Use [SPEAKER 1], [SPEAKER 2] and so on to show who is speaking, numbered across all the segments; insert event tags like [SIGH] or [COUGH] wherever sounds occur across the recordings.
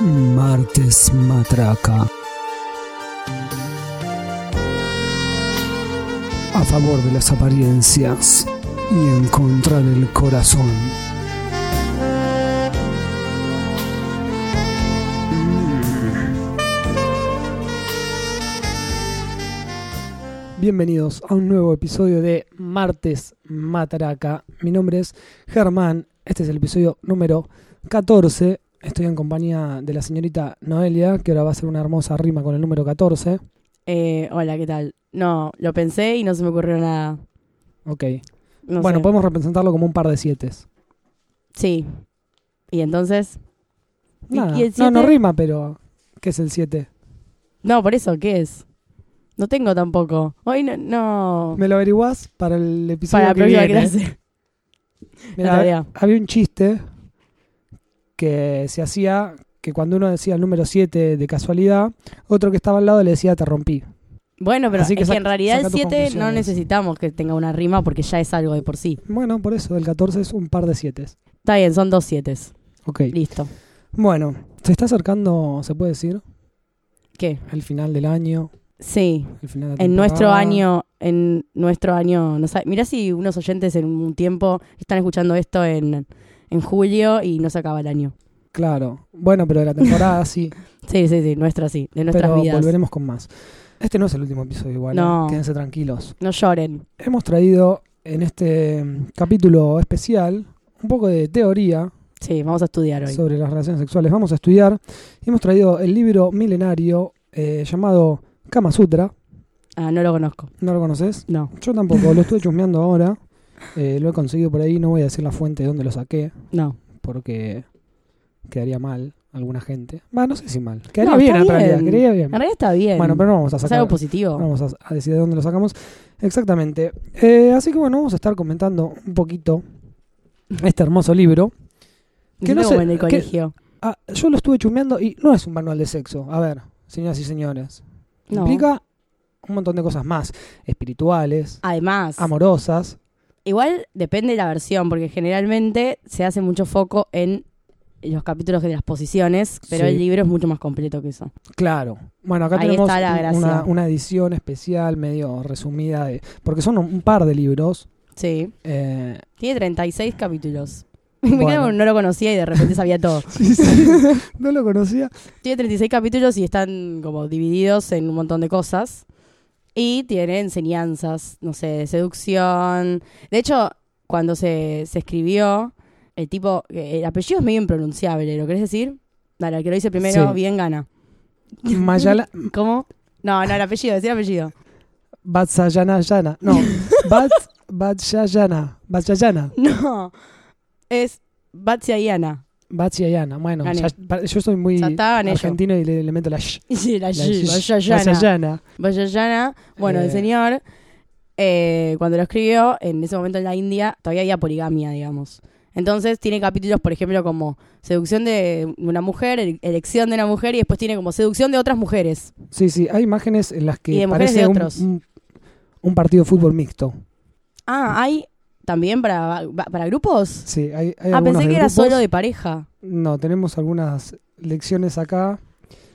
[SPEAKER 1] Martes Matraca. A favor de las apariencias y en contra del corazón. Bienvenidos a un nuevo episodio de Martes Matraca. Mi nombre es Germán. Este es el episodio número 14. Estoy en compañía de la señorita Noelia, que ahora va a hacer una hermosa rima con el número 14.
[SPEAKER 2] Eh, hola, ¿qué tal? No, lo pensé y no se me ocurrió nada.
[SPEAKER 1] Ok.
[SPEAKER 2] No
[SPEAKER 1] bueno,
[SPEAKER 2] sé.
[SPEAKER 1] podemos representarlo como un par de siete.
[SPEAKER 2] Sí. Y entonces. ¿Y-
[SPEAKER 1] Nada.
[SPEAKER 2] y el
[SPEAKER 1] No, no
[SPEAKER 2] siete?
[SPEAKER 1] rima, pero. ¿Qué es el 7?
[SPEAKER 2] No, por eso, ¿qué es? No tengo tampoco. Hoy no. no.
[SPEAKER 1] ¿Me lo averiguás para el episodio
[SPEAKER 2] Para la
[SPEAKER 1] que
[SPEAKER 2] próxima
[SPEAKER 1] viene?
[SPEAKER 2] clase.
[SPEAKER 1] [LAUGHS] Mirá,
[SPEAKER 2] [LAUGHS] La tarea.
[SPEAKER 1] había un chiste que se hacía que cuando uno decía el número 7 de casualidad, otro que estaba al lado le decía te rompí.
[SPEAKER 2] Bueno, pero
[SPEAKER 1] Así que
[SPEAKER 2] es que
[SPEAKER 1] saca-
[SPEAKER 2] en realidad
[SPEAKER 1] saca
[SPEAKER 2] el
[SPEAKER 1] tus
[SPEAKER 2] 7 no
[SPEAKER 1] conclusiones.
[SPEAKER 2] necesitamos que tenga una rima porque ya es algo de por sí.
[SPEAKER 1] Bueno, por eso, el 14 es un par de 7.
[SPEAKER 2] Está bien, son dos 7
[SPEAKER 1] Ok.
[SPEAKER 2] Listo.
[SPEAKER 1] Bueno, se está acercando, se puede decir,
[SPEAKER 2] ¿Qué?
[SPEAKER 1] el final del año.
[SPEAKER 2] Sí.
[SPEAKER 1] El final de
[SPEAKER 2] En
[SPEAKER 1] temporada.
[SPEAKER 2] nuestro año, en nuestro año, no sé, mirá si unos oyentes en un tiempo están escuchando esto en, en julio y no se acaba el año.
[SPEAKER 1] Claro. Bueno, pero de la temporada [LAUGHS] sí.
[SPEAKER 2] Sí, sí, sí, nuestra sí, de nuestras
[SPEAKER 1] pero
[SPEAKER 2] vidas.
[SPEAKER 1] volveremos con más. Este no es el último episodio igual. ¿eh?
[SPEAKER 2] No.
[SPEAKER 1] Quédense tranquilos.
[SPEAKER 2] No lloren.
[SPEAKER 1] Hemos traído en este mm, capítulo especial un poco de teoría
[SPEAKER 2] Sí, vamos a estudiar hoy.
[SPEAKER 1] sobre las relaciones sexuales. Vamos a estudiar. y Hemos traído el libro milenario eh, llamado Kama Sutra.
[SPEAKER 2] Ah, no lo conozco.
[SPEAKER 1] ¿No lo conoces?
[SPEAKER 2] No.
[SPEAKER 1] Yo tampoco. lo estuve chusmeando ahora. Eh, lo he conseguido por ahí. No voy a decir la fuente de dónde lo saqué
[SPEAKER 2] No.
[SPEAKER 1] porque quedaría mal alguna gente. Va, no sé si mal. Quedaría
[SPEAKER 2] No,
[SPEAKER 1] bien
[SPEAKER 2] está
[SPEAKER 1] en realidad.
[SPEAKER 2] bien.
[SPEAKER 1] Quedaría bien.
[SPEAKER 2] En realidad está bien.
[SPEAKER 1] Bueno, pero no vamos a
[SPEAKER 2] es
[SPEAKER 1] sacar.
[SPEAKER 2] algo positivo.
[SPEAKER 1] Vamos a, a decir de dónde lo sacamos. Exactamente. Eh, así que bueno, vamos a estar comentando un poquito este hermoso libro.
[SPEAKER 2] Me
[SPEAKER 1] que no
[SPEAKER 2] siento
[SPEAKER 1] sé-
[SPEAKER 2] como en el
[SPEAKER 1] que-
[SPEAKER 2] colegio.
[SPEAKER 1] Ah, yo lo estuve chumeando y no es un manual de sexo. A ver, señoras y señores.
[SPEAKER 2] No.
[SPEAKER 1] Implica un montón de cosas más. Espirituales,
[SPEAKER 2] Además,
[SPEAKER 1] amorosas.
[SPEAKER 2] igual depende de la versión, porque generalmente se hace mucho foco en los capítulos de las posiciones, pero
[SPEAKER 1] Sí.
[SPEAKER 2] el libro es mucho más completo que eso.
[SPEAKER 1] Claro. Bueno, acá
[SPEAKER 2] Ahí
[SPEAKER 1] tenemos
[SPEAKER 2] está la
[SPEAKER 1] un- una,
[SPEAKER 2] gracia.
[SPEAKER 1] una edición especial, medio resumida. de- porque son un par de libros.
[SPEAKER 2] Sí.
[SPEAKER 1] eh,
[SPEAKER 2] Tiene 36 capítulos. [LAUGHS] Me
[SPEAKER 1] Bueno.
[SPEAKER 2] quedo con no lo conocía y de repente sabía todo.
[SPEAKER 1] [LAUGHS] no lo conocía.
[SPEAKER 2] Tiene 36 capítulos y están como divididos en un montón de cosas. Y tiene enseñanzas, no sé, de seducción. De hecho, cuando se, se escribió, el tipo, eh, el apellido es medio impronunciable, ¿lo querés decir? Dale, el que lo dice primero,
[SPEAKER 1] Sí.
[SPEAKER 2] bien gana.
[SPEAKER 1] Mayala,
[SPEAKER 2] ¿Cómo? No, no, el apellido, decir el apellido.
[SPEAKER 1] Batsayana Yana. No, Bats, Batsayana. Batsayana.
[SPEAKER 2] [LAUGHS] No, es Batsiayana.
[SPEAKER 1] Batsayana. Bueno,
[SPEAKER 2] Gané.
[SPEAKER 1] ya- pa- yo soy muy
[SPEAKER 2] Ya está, gané yo.
[SPEAKER 1] argentino y le, le meto la sh.
[SPEAKER 2] Sí, la
[SPEAKER 1] La
[SPEAKER 2] G,
[SPEAKER 1] sh-
[SPEAKER 2] Batsiayana.
[SPEAKER 1] Batsayana.
[SPEAKER 2] Vajrayana, bueno,
[SPEAKER 1] Eh.
[SPEAKER 2] el señor, eh, cuando lo escribió, en ese momento en la India todavía había poligamia, digamos. Entonces tiene capítulos, por ejemplo, como seducción de una mujer, ele- elección de una mujer, y después tiene como seducción de otras mujeres.
[SPEAKER 1] Sí, sí, hay imágenes en las que
[SPEAKER 2] Y de mujeres
[SPEAKER 1] parece
[SPEAKER 2] de
[SPEAKER 1] un,
[SPEAKER 2] otros.
[SPEAKER 1] un- un partido de fútbol mixto.
[SPEAKER 2] Ah, hay también para, para grupos.
[SPEAKER 1] Sí, hay, hay
[SPEAKER 2] ah,
[SPEAKER 1] algunos
[SPEAKER 2] pensé
[SPEAKER 1] de
[SPEAKER 2] que era
[SPEAKER 1] grupos.
[SPEAKER 2] solo de pareja.
[SPEAKER 1] No, tenemos algunas lecciones acá.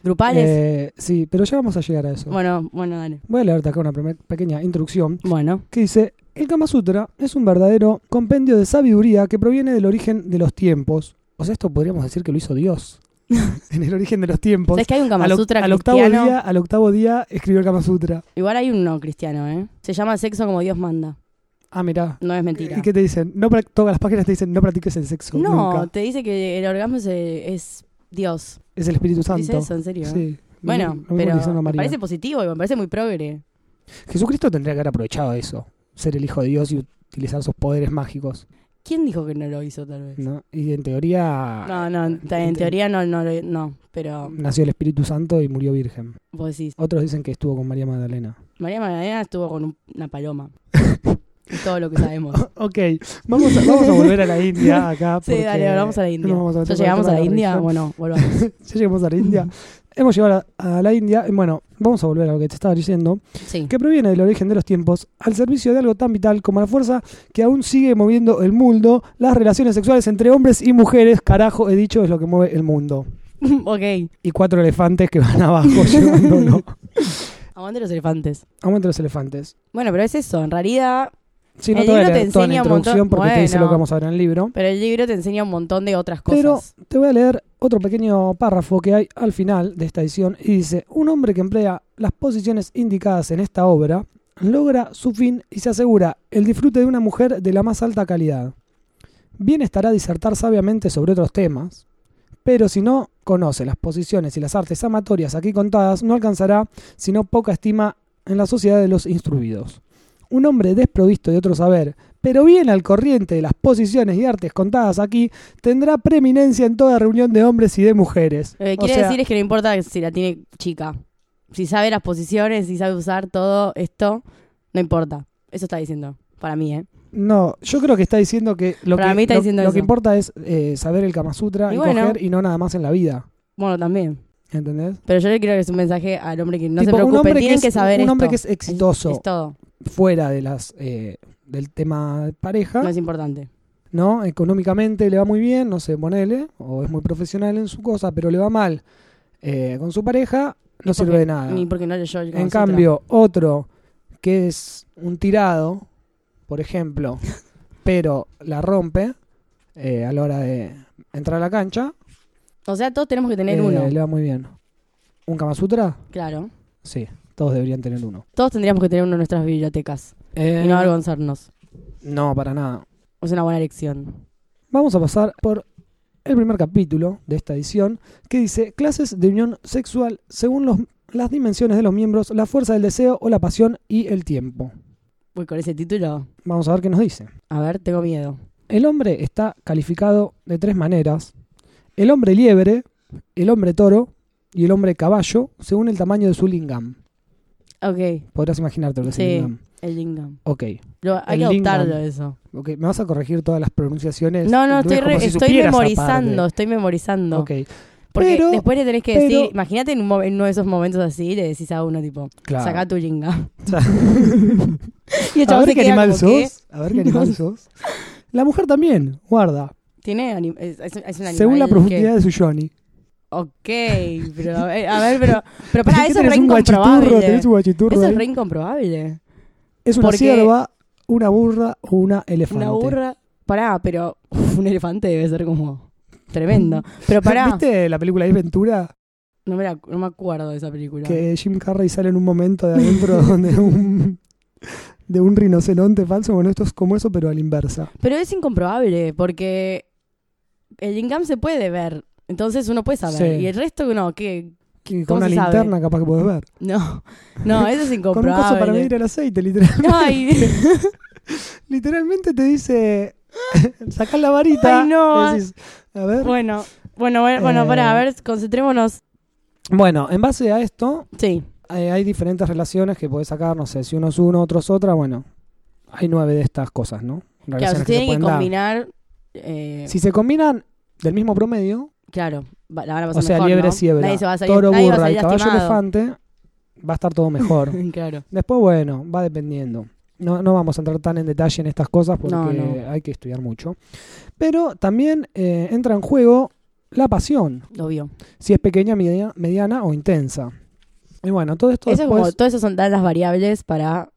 [SPEAKER 2] Grupales.
[SPEAKER 1] Eh, sí, pero ya vamos a llegar a eso.
[SPEAKER 2] Bueno, bueno, dale.
[SPEAKER 1] Voy a leerte acá una primer- pequeña introducción
[SPEAKER 2] Bueno,
[SPEAKER 1] que dice, el Kama Sutra es un verdadero compendio de sabiduría que proviene del origen de los tiempos. O sea, esto podríamos decir que lo hizo
[SPEAKER 2] [LAUGHS]
[SPEAKER 1] Dios. en el origen de los tiempos.
[SPEAKER 2] ¿sabes que hay un Kama
[SPEAKER 1] Al, oc-
[SPEAKER 2] Sutra
[SPEAKER 1] al octavo
[SPEAKER 2] cristiano?
[SPEAKER 1] día, al octavo día escribió el Kama Sutra.
[SPEAKER 2] Igual hay uno cristiano, ¿eh? Se llama Sexo como Dios manda.
[SPEAKER 1] Ah, mirá.
[SPEAKER 2] No es mentira.
[SPEAKER 1] ¿Y qué te dicen? No prac- todas las páginas te dicen no practiques el sexo.
[SPEAKER 2] No,
[SPEAKER 1] nunca.
[SPEAKER 2] te dice que el orgasmo es, eh, es Dios.
[SPEAKER 1] Es el Espíritu Santo.
[SPEAKER 2] Dice eso, en serio. eh?
[SPEAKER 1] Sí. Lo
[SPEAKER 2] Bueno,
[SPEAKER 1] mismo- lo mismo le
[SPEAKER 2] pero
[SPEAKER 1] hicieron a
[SPEAKER 2] me
[SPEAKER 1] María.
[SPEAKER 2] parece positivo y me parece muy progre.
[SPEAKER 1] Jesucristo tendría que haber aprovechado eso, ser el hijo de Dios y utilizar sus poderes mágicos,
[SPEAKER 2] ¿Quién dijo que no lo hizo tal vez?
[SPEAKER 1] ¿no? Ah, Y en teoría
[SPEAKER 2] No, no, en, en teoría no, no, lo- no, pero
[SPEAKER 1] nació el Espíritu Santo y murió virgen.
[SPEAKER 2] vos decís,
[SPEAKER 1] Otros dicen que estuvo con María Magdalena. [LAUGHS]
[SPEAKER 2] María Magdalena estuvo con un- una paloma. Es todo lo que sabemos.
[SPEAKER 1] ok, vamos a, vamos a volver a la India acá.
[SPEAKER 2] [LAUGHS] Sí, dale, ahora vamos a la India. ya llegamos a la India, bueno, volvamos.
[SPEAKER 1] [LAUGHS] Ya llegamos a la
[SPEAKER 2] [LAUGHS]
[SPEAKER 1] India. Hemos llegado a, a la India. y Bueno, vamos a volver a lo que te estaba diciendo.
[SPEAKER 2] Sí.
[SPEAKER 1] Que proviene del origen de los tiempos, al servicio de algo tan vital como la fuerza que aún sigue moviendo el mundo, las relaciones sexuales entre hombres y mujeres. Carajo, he dicho, es lo que mueve el mundo.
[SPEAKER 2] [LAUGHS] ok.
[SPEAKER 1] y cuatro elefantes que van
[SPEAKER 2] [LAUGHS]
[SPEAKER 1] abajo llevándolo.
[SPEAKER 2] Aguante los elefantes.
[SPEAKER 1] Aumenta los elefantes.
[SPEAKER 2] Bueno, pero es eso. En realidad,
[SPEAKER 1] Sí, no
[SPEAKER 2] El
[SPEAKER 1] te voy a
[SPEAKER 2] libro te
[SPEAKER 1] leer toda la
[SPEAKER 2] enseña un montón-
[SPEAKER 1] introducción porque te dice lo
[SPEAKER 2] Bueno.
[SPEAKER 1] que vamos a ver en el libro.
[SPEAKER 2] pero el libro te enseña un montón de otras cosas.
[SPEAKER 1] Pero te voy a leer otro pequeño párrafo que hay al final de esta edición y dice, un hombre que emplea las posiciones indicadas en esta obra logra su fin y se asegura el disfrute de una mujer de la más alta calidad. Bien estará disertar sabiamente sobre otros temas, pero si no conoce las posiciones y las artes amatorias aquí contadas, no alcanzará sino poca estima en la sociedad de los instruidos. Un hombre desprovisto de otro saber, pero bien al corriente de las posiciones y artes contadas aquí, tendrá preeminencia en toda reunión de hombres y de mujeres.
[SPEAKER 2] Lo que
[SPEAKER 1] O
[SPEAKER 2] quiere
[SPEAKER 1] sea,
[SPEAKER 2] decir es que no importa si la tiene chica. Si sabe las posiciones, si sabe usar todo esto, no importa. Eso está diciendo. Para mí, ¿eh?
[SPEAKER 1] No, yo creo que está diciendo que lo,
[SPEAKER 2] Para
[SPEAKER 1] que,
[SPEAKER 2] mí está
[SPEAKER 1] lo-
[SPEAKER 2] diciendo
[SPEAKER 1] lo
[SPEAKER 2] eso.
[SPEAKER 1] que importa es eh, saber el Kama Sutra
[SPEAKER 2] Y
[SPEAKER 1] y,
[SPEAKER 2] bueno.
[SPEAKER 1] coger y no nada más en la vida.
[SPEAKER 2] Bueno, también.
[SPEAKER 1] ¿Entendés?
[SPEAKER 2] Pero yo le quiero que es un mensaje al hombre que no
[SPEAKER 1] Tipo,
[SPEAKER 2] se preocupe.
[SPEAKER 1] un hombre
[SPEAKER 2] Tienen
[SPEAKER 1] es-
[SPEAKER 2] que saber
[SPEAKER 1] Un
[SPEAKER 2] esto.
[SPEAKER 1] hombre que es exitoso
[SPEAKER 2] Es todo.
[SPEAKER 1] fuera de las eh, del tema de pareja,
[SPEAKER 2] No
[SPEAKER 1] ¿no?
[SPEAKER 2] es importante.
[SPEAKER 1] Económicamente le va muy bien, no sé, ponele, o es muy profesional en su cosa, pero le va mal eh, con su pareja, no
[SPEAKER 2] Porque-
[SPEAKER 1] sirve de nada.
[SPEAKER 2] Ni porque no leyó el Kama
[SPEAKER 1] Ah. En
[SPEAKER 2] Sutra.
[SPEAKER 1] cambio, otro que es un tirado, por
[SPEAKER 2] [LAUGHS]
[SPEAKER 1] ejemplo, pero la rompe eh, a la hora de entrar a la cancha,
[SPEAKER 2] O sea, todos tenemos que tener
[SPEAKER 1] eh,
[SPEAKER 2] uno.
[SPEAKER 1] le va muy bien. ¿Un Kama Sutra?
[SPEAKER 2] Claro.
[SPEAKER 1] Sí, todos deberían tener uno.
[SPEAKER 2] Todos tendríamos que tener uno en nuestras bibliotecas.
[SPEAKER 1] Eh,
[SPEAKER 2] Y no avergonzarnos.
[SPEAKER 1] no, para nada.
[SPEAKER 2] Es una buena elección.
[SPEAKER 1] Vamos a pasar por el primer capítulo de esta edición que dice clases de unión sexual según los- las dimensiones de los miembros, la fuerza del deseo o la pasión y el tiempo.
[SPEAKER 2] Voy con ese título.
[SPEAKER 1] Vamos a ver qué nos dice.
[SPEAKER 2] A ver, tengo miedo.
[SPEAKER 1] El hombre está calificado de tres maneras. El hombre liebre, el hombre toro y el hombre caballo según el tamaño de su lingam.
[SPEAKER 2] Ok,
[SPEAKER 1] Podrás imaginarte lo que es el
[SPEAKER 2] Sí.
[SPEAKER 1] lingam.
[SPEAKER 2] el lingam.
[SPEAKER 1] Ok.
[SPEAKER 2] Lo- hay
[SPEAKER 1] El
[SPEAKER 2] que
[SPEAKER 1] lingam.
[SPEAKER 2] adoptarlo eso.
[SPEAKER 1] ok, Me vas a corregir todas las pronunciaciones.
[SPEAKER 2] No, no,
[SPEAKER 1] Entonces,
[SPEAKER 2] estoy, re-
[SPEAKER 1] como si
[SPEAKER 2] estoy
[SPEAKER 1] supieras
[SPEAKER 2] memorizando,
[SPEAKER 1] aparte.
[SPEAKER 2] estoy memorizando.
[SPEAKER 1] Ok,
[SPEAKER 2] Porque
[SPEAKER 1] Pero-
[SPEAKER 2] después le tenés que
[SPEAKER 1] pero-
[SPEAKER 2] decir, imagínate en, un mo- en uno de esos momentos así, le decís a uno, tipo,
[SPEAKER 1] claro.
[SPEAKER 2] sacá
[SPEAKER 1] [LAUGHS]
[SPEAKER 2] tu linga.
[SPEAKER 1] Sa-
[SPEAKER 2] y el
[SPEAKER 1] A
[SPEAKER 2] chabón
[SPEAKER 1] ver qué
[SPEAKER 2] se queda
[SPEAKER 1] animal
[SPEAKER 2] como, ¿qué?
[SPEAKER 1] sos. A ver qué
[SPEAKER 2] [LAUGHS]
[SPEAKER 1] animal sos. La mujer también, guarda.
[SPEAKER 2] Tiene anim- es, es un es un animal.
[SPEAKER 1] Según la
[SPEAKER 2] que-
[SPEAKER 1] profundidad de su Johnny. [LAUGHS]
[SPEAKER 2] Ok, pero a ver, a ver, pero, pero para
[SPEAKER 1] Así que
[SPEAKER 2] eso es re
[SPEAKER 1] tenés un guachiturro,
[SPEAKER 2] incomprobable.
[SPEAKER 1] tenés un guachiturro.
[SPEAKER 2] Eso
[SPEAKER 1] ahí.
[SPEAKER 2] es re incomprobable.
[SPEAKER 1] Es una
[SPEAKER 2] porque-
[SPEAKER 1] cierva, una burra o una elefante.
[SPEAKER 2] Una burra. Pará, pero uf, un elefante debe ser como tremendo. Pero Eh, pará,
[SPEAKER 1] [LAUGHS] ¿Viste la película Ace Ventura?
[SPEAKER 2] no me, la- no me acuerdo de esa película.
[SPEAKER 1] Que Jim Carrey sale en un momento de adentro [LAUGHS] de un de un rinoceronte falso. Bueno, esto es como eso, pero a la inversa.
[SPEAKER 2] Pero es incomprobable, porque el lingam se puede ver. Entonces uno puede saber.
[SPEAKER 1] Sí.
[SPEAKER 2] Y el resto no, que
[SPEAKER 1] Que
[SPEAKER 2] ¿Cómo
[SPEAKER 1] con una
[SPEAKER 2] se sabe?
[SPEAKER 1] linterna capaz que podés ver.
[SPEAKER 2] no. No, eso
[SPEAKER 1] Con
[SPEAKER 2] es
[SPEAKER 1] un
[SPEAKER 2] incomprobable.
[SPEAKER 1] coso para medir el aceite, literal-
[SPEAKER 2] Ay,
[SPEAKER 1] [LAUGHS] literalmente te dice [LAUGHS] sacás la varita.
[SPEAKER 2] Ay, no.
[SPEAKER 1] y decís, a ver.
[SPEAKER 2] bueno, bueno, bueno, bueno, pará, a
[SPEAKER 1] Eh.
[SPEAKER 2] ver, concentrémonos.
[SPEAKER 1] Bueno, en base a esto,
[SPEAKER 2] Sí,
[SPEAKER 1] eh, hay diferentes relaciones que podés sacar, no sé, si uno es uno, otro es otra, bueno. Hay nueve de estas cosas, ¿no?
[SPEAKER 2] claro, se
[SPEAKER 1] Relaciones
[SPEAKER 2] tienen que
[SPEAKER 1] pueden dar.
[SPEAKER 2] combinar. eh,
[SPEAKER 1] Si se combinan del mismo promedio,
[SPEAKER 2] Claro, va- la van a pasar
[SPEAKER 1] O sea,
[SPEAKER 2] mejor,
[SPEAKER 1] liebre,
[SPEAKER 2] ¿no?
[SPEAKER 1] siebra,
[SPEAKER 2] Nadie se va a salir,
[SPEAKER 1] toro,
[SPEAKER 2] nadie va a
[SPEAKER 1] burra y
[SPEAKER 2] salir
[SPEAKER 1] caballo,
[SPEAKER 2] lastimado.
[SPEAKER 1] elefante, va a estar todo
[SPEAKER 2] [LAUGHS]
[SPEAKER 1] mejor.
[SPEAKER 2] claro.
[SPEAKER 1] Después, bueno, va dependiendo. No, no vamos a entrar tan en detalle en estas cosas porque
[SPEAKER 2] No, no.
[SPEAKER 1] hay que estudiar mucho. Pero también eh, entra en juego la pasión,
[SPEAKER 2] Obvio.
[SPEAKER 1] si es pequeña, media- mediana o intensa. Y bueno, todo esto
[SPEAKER 2] Eso es como,
[SPEAKER 1] después...
[SPEAKER 2] todo eso son dan las variables para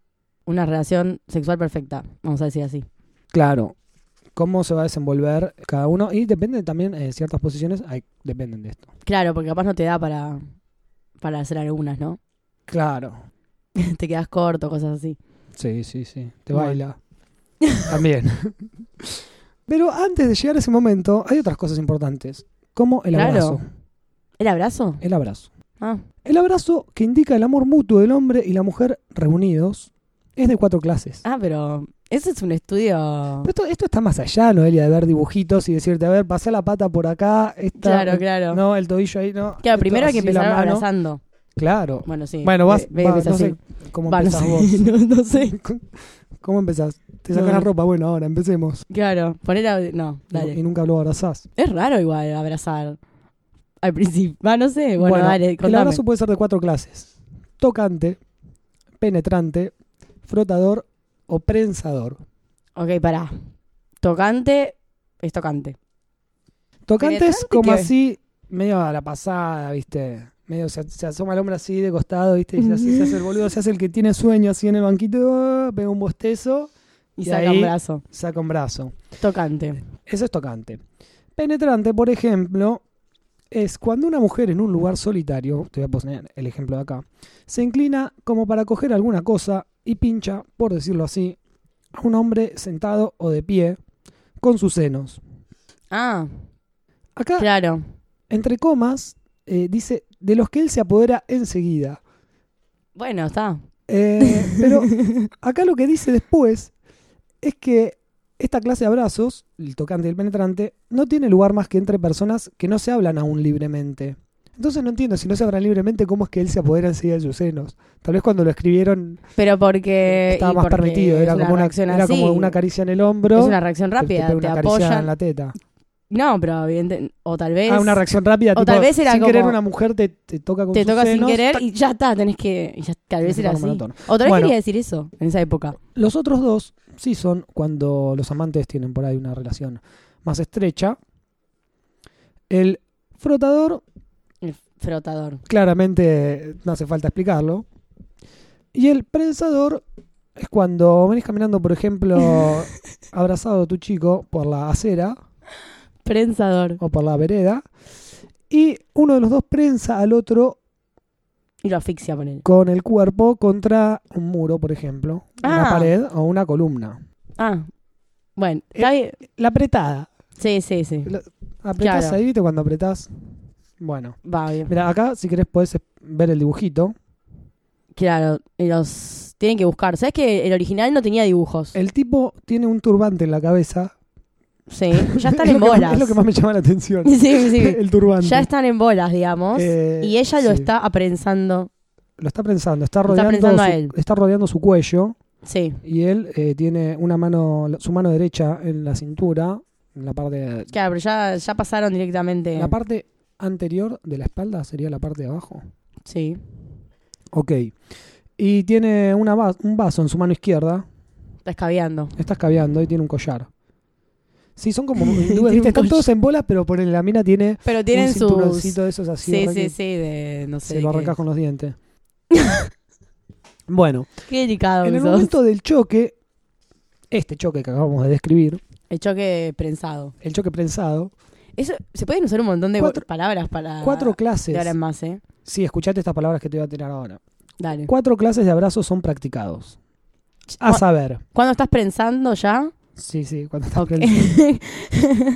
[SPEAKER 2] una relación sexual perfecta, vamos a decir así.
[SPEAKER 1] Claro, cómo se va a desenvolver cada uno y depende también, eh, ciertas posiciones hay- dependen de esto.
[SPEAKER 2] Claro, porque capaz no te da para, para hacer algunas, ¿no?
[SPEAKER 1] Claro,
[SPEAKER 2] te quedas corto, cosas así.
[SPEAKER 1] Sí, sí, sí. Te
[SPEAKER 2] Bueno. [LAUGHS]
[SPEAKER 1] baila. También. Pero antes de llegar a ese momento, hay otras cosas importantes. Como el
[SPEAKER 2] Claro.
[SPEAKER 1] abrazo.
[SPEAKER 2] ¿El abrazo?
[SPEAKER 1] El abrazo.
[SPEAKER 2] Ah,
[SPEAKER 1] El abrazo que indica el amor mutuo del hombre y la mujer reunidos es de cuatro clases.
[SPEAKER 2] ah pero ese es un estudio.
[SPEAKER 1] Pero esto, esto está más allá, Noelia, de ver dibujitos y decirte, a ver, pasé la pata por acá, esta,
[SPEAKER 2] Claro, claro.
[SPEAKER 1] eh, no, el tobillo ahí, no.
[SPEAKER 2] claro,
[SPEAKER 1] esto
[SPEAKER 2] primero hay que
[SPEAKER 1] así, la
[SPEAKER 2] empezar
[SPEAKER 1] mano.
[SPEAKER 2] abrazando.
[SPEAKER 1] Claro.
[SPEAKER 2] Bueno, sí.
[SPEAKER 1] Bueno, vas,
[SPEAKER 2] Ve- ve-
[SPEAKER 1] va-
[SPEAKER 2] ves
[SPEAKER 1] no
[SPEAKER 2] así.
[SPEAKER 1] sé cómo
[SPEAKER 2] Va, no
[SPEAKER 1] empezás
[SPEAKER 2] sé. [LAUGHS]
[SPEAKER 1] vos. [LAUGHS]
[SPEAKER 2] no, no sé.
[SPEAKER 1] ¿Cómo empezás? Te sacas
[SPEAKER 2] No.
[SPEAKER 1] la ropa, bueno, ahora empecemos.
[SPEAKER 2] Claro, poner a- No, dale.
[SPEAKER 1] Y nunca lo abrazás.
[SPEAKER 2] Es raro igual abrazar al principio. Ah, no sé. Bueno, dale,
[SPEAKER 1] el
[SPEAKER 2] contame.
[SPEAKER 1] abrazo puede ser de cuatro clases: tocante, penetrante, frotador o prensador.
[SPEAKER 2] Ok, pará. Tocante es tocante.
[SPEAKER 1] Tocante es
[SPEAKER 2] ¿Penetrante
[SPEAKER 1] como
[SPEAKER 2] qué?
[SPEAKER 1] así medio a la pasada, ¿viste? Medio se, se asoma el hombre así de costado, ¿viste? Y se, hace- se hace el boludo, se hace el que tiene sueño así en el banquito, ah, pega un bostezo,
[SPEAKER 2] Y,
[SPEAKER 1] Y
[SPEAKER 2] saca
[SPEAKER 1] ahí-
[SPEAKER 2] un brazo.
[SPEAKER 1] saca un brazo.
[SPEAKER 2] Tocante.
[SPEAKER 1] Eso es tocante. Penetrante, por ejemplo, es cuando una mujer en un lugar solitario, te voy a poner el ejemplo de acá, se inclina como para coger alguna cosa y pincha, por decirlo así, a un hombre sentado o de pie con sus senos.
[SPEAKER 2] Ah,
[SPEAKER 1] Acá,
[SPEAKER 2] claro.
[SPEAKER 1] entre comas, eh, dice de los que él se apodera enseguida.
[SPEAKER 2] Bueno, está.
[SPEAKER 1] Eh, pero acá lo que dice después es que esta clase de abrazos, el tocante y el penetrante, no tiene lugar más que entre personas que no se hablan aún libremente. Entonces no entiendo, si no se hablan libremente, cómo es que él se apodera enseguida de sus senos. Tal vez cuando lo escribieron
[SPEAKER 2] [LAUGHS] Pero porque.
[SPEAKER 1] estaba
[SPEAKER 2] Eh, y
[SPEAKER 1] más
[SPEAKER 2] porque
[SPEAKER 1] permitido,
[SPEAKER 2] es
[SPEAKER 1] era, como, una,
[SPEAKER 2] reacción
[SPEAKER 1] era como
[SPEAKER 2] así.
[SPEAKER 1] una caricia en el hombro,
[SPEAKER 2] Es una reacción
[SPEAKER 1] te-
[SPEAKER 2] rápida.
[SPEAKER 1] te,
[SPEAKER 2] Te,
[SPEAKER 1] pega una acariciada
[SPEAKER 2] apoyan.
[SPEAKER 1] en la teta.
[SPEAKER 2] No, pero evidente- O tal vez.
[SPEAKER 1] Ah, una reacción rápida,
[SPEAKER 2] o
[SPEAKER 1] tipo,
[SPEAKER 2] tal vez era
[SPEAKER 1] sin querer
[SPEAKER 2] como-
[SPEAKER 1] una mujer te, te toca con
[SPEAKER 2] te
[SPEAKER 1] sus
[SPEAKER 2] toca sin
[SPEAKER 1] senos,
[SPEAKER 2] querer y ya está. Tenés que. y ya- tal
[SPEAKER 1] Tenés
[SPEAKER 2] vez
[SPEAKER 1] que
[SPEAKER 2] era
[SPEAKER 1] tomar
[SPEAKER 2] así.
[SPEAKER 1] monotón.
[SPEAKER 2] O tal vez
[SPEAKER 1] Bueno.
[SPEAKER 2] quería decir eso en esa época.
[SPEAKER 1] Los otros dos sí son cuando los amantes tienen por ahí una relación más estrecha. El frotador,
[SPEAKER 2] El frotador.
[SPEAKER 1] claramente no hace falta explicarlo. Y el prensador es cuando venís caminando, por [LAUGHS] ejemplo, abrazado a tu chico por la acera
[SPEAKER 2] Prensador.
[SPEAKER 1] o por la vereda. Y uno de los dos prensa al otro
[SPEAKER 2] Y lo asfixia con él.
[SPEAKER 1] con el cuerpo contra un muro, por ejemplo, una
[SPEAKER 2] Ah.
[SPEAKER 1] pared o una columna.
[SPEAKER 2] Ah. Bueno,
[SPEAKER 1] Eh,
[SPEAKER 2] está bien.
[SPEAKER 1] La apretada.
[SPEAKER 2] Sí, sí, sí.
[SPEAKER 1] Apretás
[SPEAKER 2] Claro.
[SPEAKER 1] ahí, ¿viste? Cuando apretás. Bueno.
[SPEAKER 2] Va bien.
[SPEAKER 1] Mira, acá si querés podés es- ver el dibujito.
[SPEAKER 2] Claro, y los tienen que buscar. ¿Sabes que el original no tenía dibujos?
[SPEAKER 1] El tipo tiene un turbante en la cabeza. [LAUGHS]
[SPEAKER 2] Sí, ya
[SPEAKER 1] es
[SPEAKER 2] están en
[SPEAKER 1] lo que más-
[SPEAKER 2] bolas.
[SPEAKER 1] es lo que más me llama la atención.
[SPEAKER 2] [LAUGHS] Sí, sí.
[SPEAKER 1] [LAUGHS] el turbante.
[SPEAKER 2] Ya están en bolas, digamos.
[SPEAKER 1] Eh,
[SPEAKER 2] y ella lo
[SPEAKER 1] sí.
[SPEAKER 2] está aprensando.
[SPEAKER 1] Lo está prensando. Está
[SPEAKER 2] Lo está
[SPEAKER 1] rodeando,
[SPEAKER 2] prensando
[SPEAKER 1] su,
[SPEAKER 2] a él.
[SPEAKER 1] está rodeando su cuello.
[SPEAKER 2] Sí,
[SPEAKER 1] Y él eh, tiene una mano, su mano derecha en la cintura. En la parte,
[SPEAKER 2] claro, pero ya, ya pasaron directamente.
[SPEAKER 1] la parte anterior de la espalda sería la parte de abajo.
[SPEAKER 2] Sí.
[SPEAKER 1] Ok. Y tiene una va- un vaso en su mano izquierda.
[SPEAKER 2] Está escabeando.
[SPEAKER 1] Está escabeando y tiene un collar. Sí, son
[SPEAKER 2] [LAUGHS]
[SPEAKER 1] como hindúes,
[SPEAKER 2] Tiene un
[SPEAKER 1] ¿viste? Están
[SPEAKER 2] collar.
[SPEAKER 1] todos en bolas, pero por la mina tiene
[SPEAKER 2] Pero tienen
[SPEAKER 1] un
[SPEAKER 2] sus.
[SPEAKER 1] cinturoncito de esos así.
[SPEAKER 2] Sí,
[SPEAKER 1] re
[SPEAKER 2] sí,
[SPEAKER 1] que
[SPEAKER 2] sí, de no
[SPEAKER 1] Se
[SPEAKER 2] sé.
[SPEAKER 1] lo
[SPEAKER 2] de qué.
[SPEAKER 1] arrancas con los dientes. bueno,
[SPEAKER 2] [LAUGHS] Qué delicado
[SPEAKER 1] en
[SPEAKER 2] que
[SPEAKER 1] el
[SPEAKER 2] sos.
[SPEAKER 1] momento del choque, este choque que acabamos de describir,
[SPEAKER 2] El choque prensado.
[SPEAKER 1] el choque prensado,
[SPEAKER 2] Eso, se pueden usar un montón de
[SPEAKER 1] Cuatro-
[SPEAKER 2] palabras para.
[SPEAKER 1] cuatro
[SPEAKER 2] Ah, de ahora
[SPEAKER 1] clases.
[SPEAKER 2] en más, ¿eh?
[SPEAKER 1] Sí, escuchate estas palabras que te voy a tirar ahora.
[SPEAKER 2] Dale.
[SPEAKER 1] Cuatro clases de abrazos son practicados. A
[SPEAKER 2] Cu-
[SPEAKER 1] saber.
[SPEAKER 2] Cuando estás prensando ya.
[SPEAKER 1] Sí, sí, cuando estás
[SPEAKER 2] Ok.
[SPEAKER 1] prensando.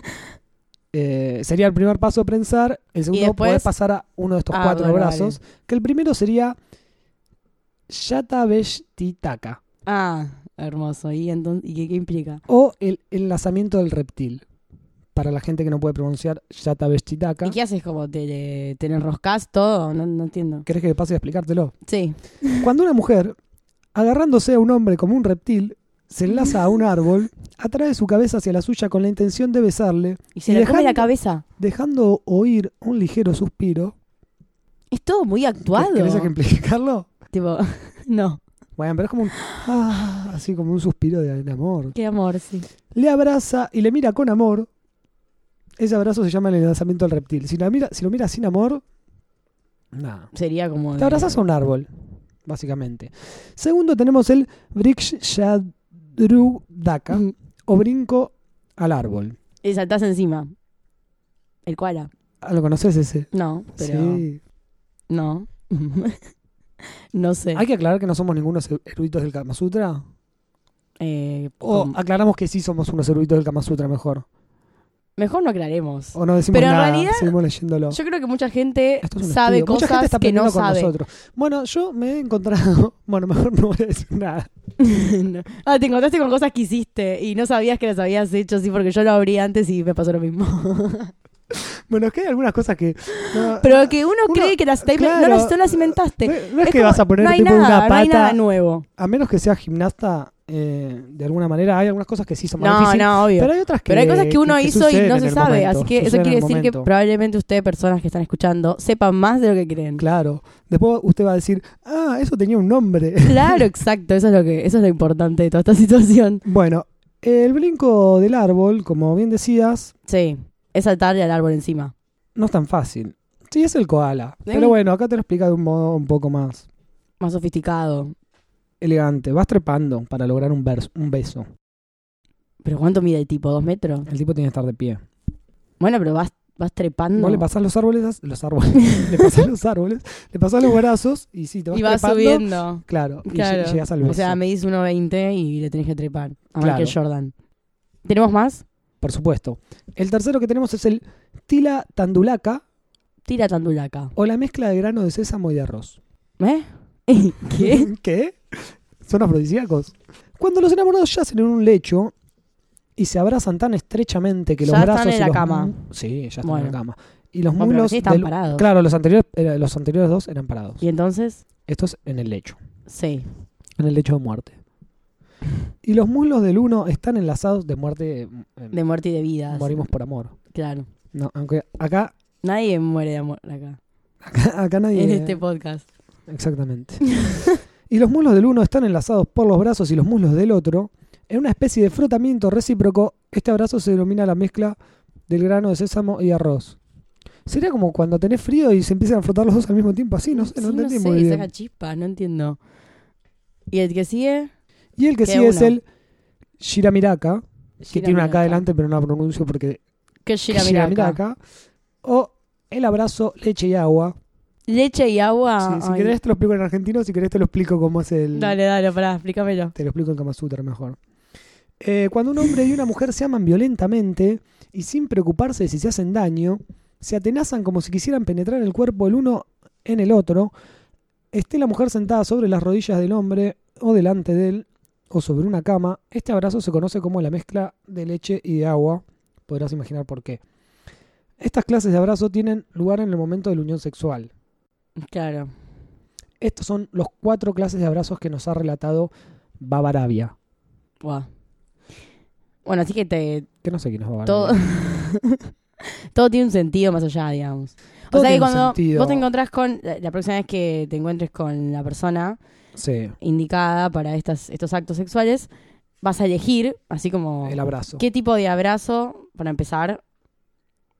[SPEAKER 1] Eh, sería el primer paso prensar, el segundo
[SPEAKER 2] después?
[SPEAKER 1] poder pasar a uno de estos
[SPEAKER 2] Ah,
[SPEAKER 1] cuatro
[SPEAKER 2] bueno,
[SPEAKER 1] brazos, que el primero sería Yata Beshtitaka
[SPEAKER 2] [LAUGHS] Ah, hermoso. ¿Y, entonces, ¿y qué, qué implica?
[SPEAKER 1] o el enlazamiento del reptil. Para la gente que no puede pronunciar Yata Beshtitaka.
[SPEAKER 2] ¿Y qué haces? ¿Como te, le- te le enroscas todo? No, no entiendo.
[SPEAKER 1] ¿Querés que pase a explicártelo?
[SPEAKER 2] Sí.
[SPEAKER 1] Cuando una mujer, agarrándose a un hombre como un reptil, se enlaza a un árbol, atrae su cabeza hacia la suya con la intención de besarle,
[SPEAKER 2] Y se
[SPEAKER 1] Y
[SPEAKER 2] le come
[SPEAKER 1] dejando-
[SPEAKER 2] la cabeza.
[SPEAKER 1] dejando oír un ligero suspiro.
[SPEAKER 2] Es todo muy actuado.
[SPEAKER 1] ¿Querés ejemplificarlo?
[SPEAKER 2] Tipo, [LAUGHS] no.
[SPEAKER 1] Bueno, pero es como un. ah, así como un suspiro de, de amor.
[SPEAKER 2] Qué amor, sí.
[SPEAKER 1] Le abraza y le mira con amor. Ese abrazo se llama el enlazamiento al reptil. Si, la mira, si lo mira sin amor. Nada.
[SPEAKER 2] Sería como.
[SPEAKER 1] Te abrazas a un árbol, básicamente. Segundo, tenemos el Brikshadrudaka, o brinco al árbol.
[SPEAKER 2] Y saltás encima. El koala.
[SPEAKER 1] Ah, ¿Lo conoces ese?
[SPEAKER 2] No, pero.
[SPEAKER 1] Sí.
[SPEAKER 2] No. [LAUGHS] no sé.
[SPEAKER 1] Hay que aclarar que no somos ningunos e-, eruditos del Kama Sutra.
[SPEAKER 2] Eh,
[SPEAKER 1] O
[SPEAKER 2] com-
[SPEAKER 1] aclaramos que sí somos unos eruditos del Kama Sutra, mejor.
[SPEAKER 2] Mejor no aclaremos.
[SPEAKER 1] O no decimos
[SPEAKER 2] Pero en
[SPEAKER 1] nada,
[SPEAKER 2] realidad,
[SPEAKER 1] seguimos leyéndolo.
[SPEAKER 2] Yo creo que mucha gente
[SPEAKER 1] Oh. Esto es un
[SPEAKER 2] sabe
[SPEAKER 1] estudio. Mucha
[SPEAKER 2] cosas
[SPEAKER 1] gente está
[SPEAKER 2] que
[SPEAKER 1] aprendiendo
[SPEAKER 2] no
[SPEAKER 1] con
[SPEAKER 2] sabe.
[SPEAKER 1] nosotros. Bueno, yo me he encontrado. [LAUGHS] Bueno, mejor no voy a decir nada.
[SPEAKER 2] [LAUGHS] No. Ah, te encontraste con cosas que hiciste y no sabías que las habías hecho, sí, porque yo lo abrí antes y me pasó lo
[SPEAKER 1] [LAUGHS]
[SPEAKER 2] mismo.
[SPEAKER 1] Bueno, es que hay algunas cosas que. No,
[SPEAKER 2] Pero que uno,
[SPEAKER 1] Uno-
[SPEAKER 2] cree que las está
[SPEAKER 1] claro.
[SPEAKER 2] no, las, no las inventaste.
[SPEAKER 1] no- no es,
[SPEAKER 2] Es
[SPEAKER 1] que
[SPEAKER 2] como-
[SPEAKER 1] vas a poner
[SPEAKER 2] no hay
[SPEAKER 1] tipo
[SPEAKER 2] nada,
[SPEAKER 1] una
[SPEAKER 2] No hay
[SPEAKER 1] pata.
[SPEAKER 2] nada nuevo.
[SPEAKER 1] a menos que seas gimnasta, eh, de alguna manera, hay algunas cosas que sí son más
[SPEAKER 2] No,
[SPEAKER 1] difíciles.
[SPEAKER 2] no, obvio.
[SPEAKER 1] Pero
[SPEAKER 2] Pero,
[SPEAKER 1] hay otras que.
[SPEAKER 2] hay cosas que uno hizo y
[SPEAKER 1] suceden
[SPEAKER 2] no
[SPEAKER 1] en
[SPEAKER 2] se
[SPEAKER 1] el
[SPEAKER 2] sabe.
[SPEAKER 1] momento,
[SPEAKER 2] así que eso
[SPEAKER 1] suceden
[SPEAKER 2] quiere
[SPEAKER 1] en el
[SPEAKER 2] decir que
[SPEAKER 1] momento.
[SPEAKER 2] probablemente ustedes, personas que están escuchando, sepan más de lo que creen.
[SPEAKER 1] Claro. Después usted va a decir, ah, eso tenía un
[SPEAKER 2] [LAUGHS]
[SPEAKER 1] nombre.
[SPEAKER 2] Claro, exacto. Eso es lo que, eso es lo importante de toda esta [LAUGHS] situación.
[SPEAKER 1] bueno, el brinco del árbol, como bien decías,
[SPEAKER 2] Sí. Es saltarle al árbol encima.
[SPEAKER 1] no es tan fácil. Sí, es el koala.
[SPEAKER 2] ¿Eh?
[SPEAKER 1] Pero bueno, acá te lo explica de un modo un poco más
[SPEAKER 2] Más sofisticado.
[SPEAKER 1] elegante. Vas trepando para lograr un, vers- un beso.
[SPEAKER 2] ¿Pero cuánto mide el tipo? ¿Dos metros?
[SPEAKER 1] El tipo tiene que estar de pie.
[SPEAKER 2] Bueno, pero vas, vas trepando.
[SPEAKER 1] Vos le pasás los árboles, los árboles, [LAUGHS] le pasás los árboles, le pasás los brazos y sí, te vas
[SPEAKER 2] y vas
[SPEAKER 1] trepando.
[SPEAKER 2] subiendo.
[SPEAKER 1] Claro, y
[SPEAKER 2] Claro.
[SPEAKER 1] lle- llegas al beso.
[SPEAKER 2] O sea, medís 1.20 y le tenés que trepar. A
[SPEAKER 1] Claro.
[SPEAKER 2] Michael Jordan. ¿Tenemos más?
[SPEAKER 1] Por supuesto. El tercero que tenemos es el tila tandulaca
[SPEAKER 2] Tira tandulaca.
[SPEAKER 1] o la mezcla de grano de sésamo y de arroz.
[SPEAKER 2] ¿Eh? [LAUGHS] ¿Qué?
[SPEAKER 1] [LAUGHS] ¿Qué? Son afrodisíacos. Cuando los enamorados yacen en un lecho y se abrazan tan estrechamente que los
[SPEAKER 2] Ya están
[SPEAKER 1] brazos
[SPEAKER 2] en
[SPEAKER 1] y
[SPEAKER 2] la
[SPEAKER 1] los
[SPEAKER 2] cama.
[SPEAKER 1] mu- Sí, ya están
[SPEAKER 2] Bueno.
[SPEAKER 1] en la cama. Y los
[SPEAKER 2] Bueno, pero
[SPEAKER 1] muslos
[SPEAKER 2] sí están
[SPEAKER 1] del-
[SPEAKER 2] parados.
[SPEAKER 1] Claro, los anteriores era- los anteriores dos eran parados.
[SPEAKER 2] ¿Y entonces?
[SPEAKER 1] Esto es en el lecho,
[SPEAKER 2] Sí.
[SPEAKER 1] en el lecho de muerte. Y los muslos del uno están enlazados de muerte eh,
[SPEAKER 2] De muerte y de vidas.
[SPEAKER 1] morimos por amor.
[SPEAKER 2] Claro.
[SPEAKER 1] No, aunque acá [LAUGHS]
[SPEAKER 2] Nadie muere de amor acá.
[SPEAKER 1] acá, acá nadie
[SPEAKER 2] En este podcast. [LAUGHS]
[SPEAKER 1] Exactamente. y los muslos del uno están enlazados por los brazos y los muslos del otro. En una especie de frotamiento recíproco, este abrazo se denomina la mezcla del grano de sésamo y arroz. Sería como cuando tenés frío y se empiezan a frotar los dos al mismo tiempo, así, no sé, no
[SPEAKER 2] Sí,
[SPEAKER 1] entendí
[SPEAKER 2] sé,
[SPEAKER 1] muy bien.
[SPEAKER 2] saca chispa, no entiendo. ¿Y el que sigue?
[SPEAKER 1] Y el que
[SPEAKER 2] queda
[SPEAKER 1] sigue es
[SPEAKER 2] uno.
[SPEAKER 1] el Shiramiraka, que tiene una acá
[SPEAKER 2] Shiramiraka.
[SPEAKER 1] adelante, pero no la pronuncio porque
[SPEAKER 2] ¿Qué
[SPEAKER 1] es
[SPEAKER 2] Shiramiraka?
[SPEAKER 1] Shiramiraka. O el abrazo, leche y agua.
[SPEAKER 2] Leche y agua.
[SPEAKER 1] Sí, si
[SPEAKER 2] Ay.
[SPEAKER 1] querés te lo explico en argentino, si querés te lo explico cómo es el...
[SPEAKER 2] Dale, dale, pará, explícamelo.
[SPEAKER 1] Te lo explico en Kama Sutra mejor. Eh, cuando un hombre y una mujer se aman violentamente y sin preocuparse de si se hacen daño, se atenazan como si quisieran penetrar el cuerpo el uno en el otro, esté la mujer sentada sobre las rodillas del hombre o delante de él o sobre una cama, este abrazo se conoce como la mezcla de leche y de agua. Podrás imaginar por qué. Estas clases de abrazo tienen lugar en el momento de la unión sexual.
[SPEAKER 2] Claro.
[SPEAKER 1] Estos son los cuatro clases de abrazos que nos ha relatado Babarabia.
[SPEAKER 2] Guau. Bueno, así que te,
[SPEAKER 1] Que no sé quién es Babarabia.
[SPEAKER 2] todo, [LAUGHS] todo tiene un sentido más allá, digamos.
[SPEAKER 1] Todo
[SPEAKER 2] o sea que
[SPEAKER 1] tiene un
[SPEAKER 2] cuando
[SPEAKER 1] sentido.
[SPEAKER 2] vos te encontrás con, la la próxima vez que te encuentres con la persona
[SPEAKER 1] Sí,
[SPEAKER 2] indicada para estas, estos actos sexuales, vas a elegir, así como,
[SPEAKER 1] el abrazo.
[SPEAKER 2] ¿qué tipo de abrazo para empezar?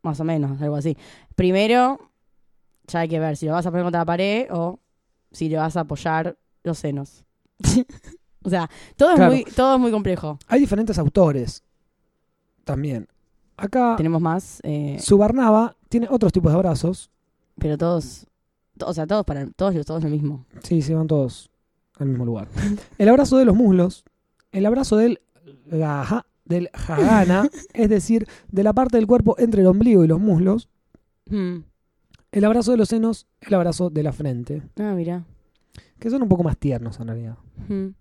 [SPEAKER 2] Más o menos, algo así. Primero, ya hay que ver si lo vas a poner contra la pared o si le vas a apoyar los senos. [LAUGHS] o sea, todo es,
[SPEAKER 1] Claro.
[SPEAKER 2] muy, todo es muy complejo.
[SPEAKER 1] Hay diferentes autores también. Acá
[SPEAKER 2] Tenemos más. eh,
[SPEAKER 1] Subarnava tiene otros tipos de abrazos.
[SPEAKER 2] Pero todos, to- o sea, todos para todos, todos lo mismo.
[SPEAKER 1] Sí, se van todos al mismo
[SPEAKER 2] [LAUGHS]
[SPEAKER 1] lugar. El abrazo de los muslos, el abrazo del gaja- del
[SPEAKER 2] [LAUGHS]
[SPEAKER 1] jagana, es decir, de la parte del cuerpo entre el ombligo y los muslos, el abrazo de los senos, el abrazo de la frente,
[SPEAKER 2] Ah, mira.
[SPEAKER 1] que son un poco más tiernos en realidad. No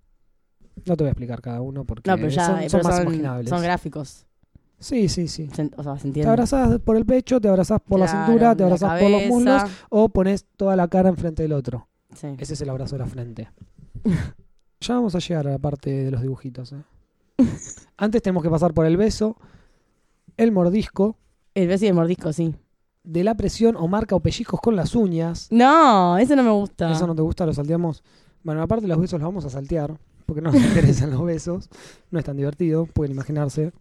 [SPEAKER 1] te voy a explicar cada uno porque
[SPEAKER 2] No, pero ya eh,
[SPEAKER 1] son,
[SPEAKER 2] pero
[SPEAKER 1] son más imaginables.
[SPEAKER 2] son gráficos.
[SPEAKER 1] sí, sí, sí.
[SPEAKER 2] Se- o sea, se
[SPEAKER 1] Te
[SPEAKER 2] entiende.
[SPEAKER 1] abrazás por el pecho, te abrazás por la
[SPEAKER 2] Claro,
[SPEAKER 1] cintura, te
[SPEAKER 2] la
[SPEAKER 1] abrazás por los
[SPEAKER 2] cabeza.
[SPEAKER 1] muslos o pones toda la cara enfrente del otro.
[SPEAKER 2] Sí.
[SPEAKER 1] Ese es el abrazo de la
[SPEAKER 2] [LAUGHS]
[SPEAKER 1] frente. ya vamos a llegar a la parte de los dibujitos. ¿eh? [LAUGHS] Antes tenemos que pasar por el beso, el mordisco,
[SPEAKER 2] El beso y el mordisco, sí.
[SPEAKER 1] de la presión o marca o pellizcos con las uñas.
[SPEAKER 2] No, eso no me gusta.
[SPEAKER 1] Eso no te gusta, lo salteamos. Bueno, aparte los besos los vamos a saltear, porque no nos [LAUGHS] interesan los besos. No es tan divertido, pueden imaginarse.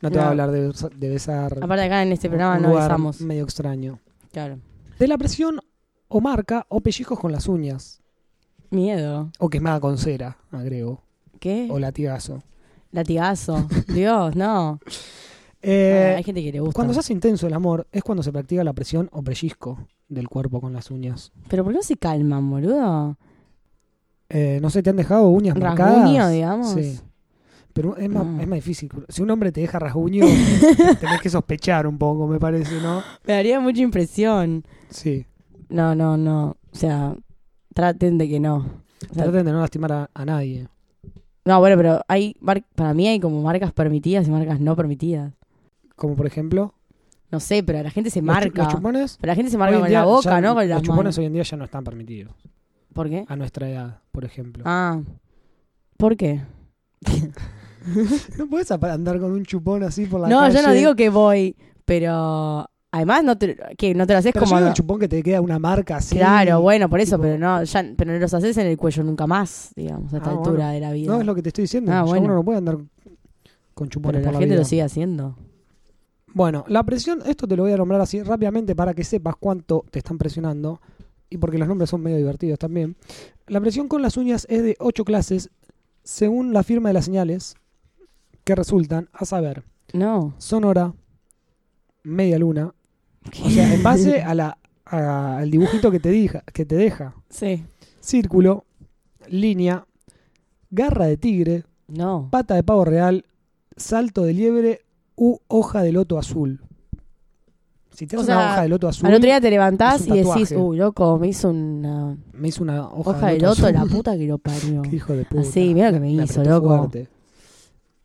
[SPEAKER 1] No te va a
[SPEAKER 2] No.
[SPEAKER 1] hablar de, de besar
[SPEAKER 2] Aparte acá en este programa
[SPEAKER 1] un
[SPEAKER 2] no
[SPEAKER 1] lugar Mm.
[SPEAKER 2] besamos.
[SPEAKER 1] medio extraño.
[SPEAKER 2] Claro.
[SPEAKER 1] De la presión o marca o pellizcos con las uñas.
[SPEAKER 2] Miedo.
[SPEAKER 1] O quemada con cera, agrego.
[SPEAKER 2] ¿Qué?
[SPEAKER 1] O latigazo. [LAUGHS]
[SPEAKER 2] Latigazo. Dios, no.
[SPEAKER 1] Eh,
[SPEAKER 2] Ah, hay gente que le gusta.
[SPEAKER 1] cuando se hace intenso el amor es cuando se practica la presión o pellizco del cuerpo con las uñas.
[SPEAKER 2] Pero ¿por qué no se calman, boludo?
[SPEAKER 1] Eh, no sé, ¿te han dejado uñas
[SPEAKER 2] Rasguño,
[SPEAKER 1] marcadas?
[SPEAKER 2] digamos. Mm.
[SPEAKER 1] Sí. Pero es más,
[SPEAKER 2] No.
[SPEAKER 1] es más difícil. Si un hombre te deja rasguño,
[SPEAKER 2] [LAUGHS]
[SPEAKER 1] tenés que sospechar un poco, me parece, ¿no?
[SPEAKER 2] Me daría mucha impresión.
[SPEAKER 1] Sí.
[SPEAKER 2] No, no, no. O sea, traten de que no. O sea,
[SPEAKER 1] Traten de no lastimar a, a nadie.
[SPEAKER 2] No, bueno, pero hay mar- para mí hay como marcas permitidas y marcas no permitidas.
[SPEAKER 1] Como por ejemplo,
[SPEAKER 2] No sé, pero la gente se
[SPEAKER 1] los chu-
[SPEAKER 2] marca.
[SPEAKER 1] los chupones.
[SPEAKER 2] pero la gente se
[SPEAKER 1] hoy
[SPEAKER 2] marca
[SPEAKER 1] en
[SPEAKER 2] con
[SPEAKER 1] día
[SPEAKER 2] la boca,
[SPEAKER 1] ya-
[SPEAKER 2] ¿no? Con
[SPEAKER 1] los
[SPEAKER 2] las
[SPEAKER 1] chupones
[SPEAKER 2] manos.
[SPEAKER 1] hoy en día ya no están permitidos.
[SPEAKER 2] ¿Por qué?
[SPEAKER 1] A nuestra edad, por ejemplo.
[SPEAKER 2] Ah. ¿Por qué?
[SPEAKER 1] No puedes andar con un chupón así por la
[SPEAKER 2] no,
[SPEAKER 1] calle.
[SPEAKER 2] yo no digo que voy, pero además no te, que no te lo haces
[SPEAKER 1] Pero
[SPEAKER 2] como
[SPEAKER 1] yo digo el chupón que te queda una marca así.
[SPEAKER 2] Claro, bueno, por eso,
[SPEAKER 1] tipo-
[SPEAKER 2] pero no ya, pero no los haces en el cuello nunca más, digamos, a esta
[SPEAKER 1] Ah, bueno.
[SPEAKER 2] altura de la vida.
[SPEAKER 1] No es lo que te estoy diciendo.
[SPEAKER 2] Ah,
[SPEAKER 1] Ya
[SPEAKER 2] bueno.
[SPEAKER 1] uno no puede andar con
[SPEAKER 2] pero
[SPEAKER 1] chupones
[SPEAKER 2] la
[SPEAKER 1] por la
[SPEAKER 2] gente
[SPEAKER 1] vida.
[SPEAKER 2] lo sigue haciendo.
[SPEAKER 1] Bueno, la presión, esto te lo voy a nombrar así rápidamente para que sepas cuánto te están presionando y porque los nombres son medio divertidos también. La presión con las uñas es de 8 clases según la firma de las señales que resultan, a saber,
[SPEAKER 2] No.
[SPEAKER 1] sonora, media luna, o sea,
[SPEAKER 2] [LAUGHS]
[SPEAKER 1] en base a la, a- al dibujito que te, dija- que te deja,
[SPEAKER 2] Sí.
[SPEAKER 1] círculo, línea, garra de tigre,
[SPEAKER 2] No.
[SPEAKER 1] pata de pavo real, salto de liebre u hoja de loto azul. Si te
[SPEAKER 2] O
[SPEAKER 1] haces
[SPEAKER 2] sea,
[SPEAKER 1] una hoja de loto azul,
[SPEAKER 2] Al otro día te levantás
[SPEAKER 1] Es
[SPEAKER 2] y
[SPEAKER 1] un
[SPEAKER 2] decís,
[SPEAKER 1] tatuaje.
[SPEAKER 2] uy, loco, me hizo una
[SPEAKER 1] me hizo una hoja,
[SPEAKER 2] hoja de loto,
[SPEAKER 1] azul.
[SPEAKER 2] la puta que lo
[SPEAKER 1] [LAUGHS]
[SPEAKER 2] parió.
[SPEAKER 1] Qué hijo de puta.
[SPEAKER 2] Así, mira lo que me, hizo,
[SPEAKER 1] apretó
[SPEAKER 2] loco.
[SPEAKER 1] fuerte.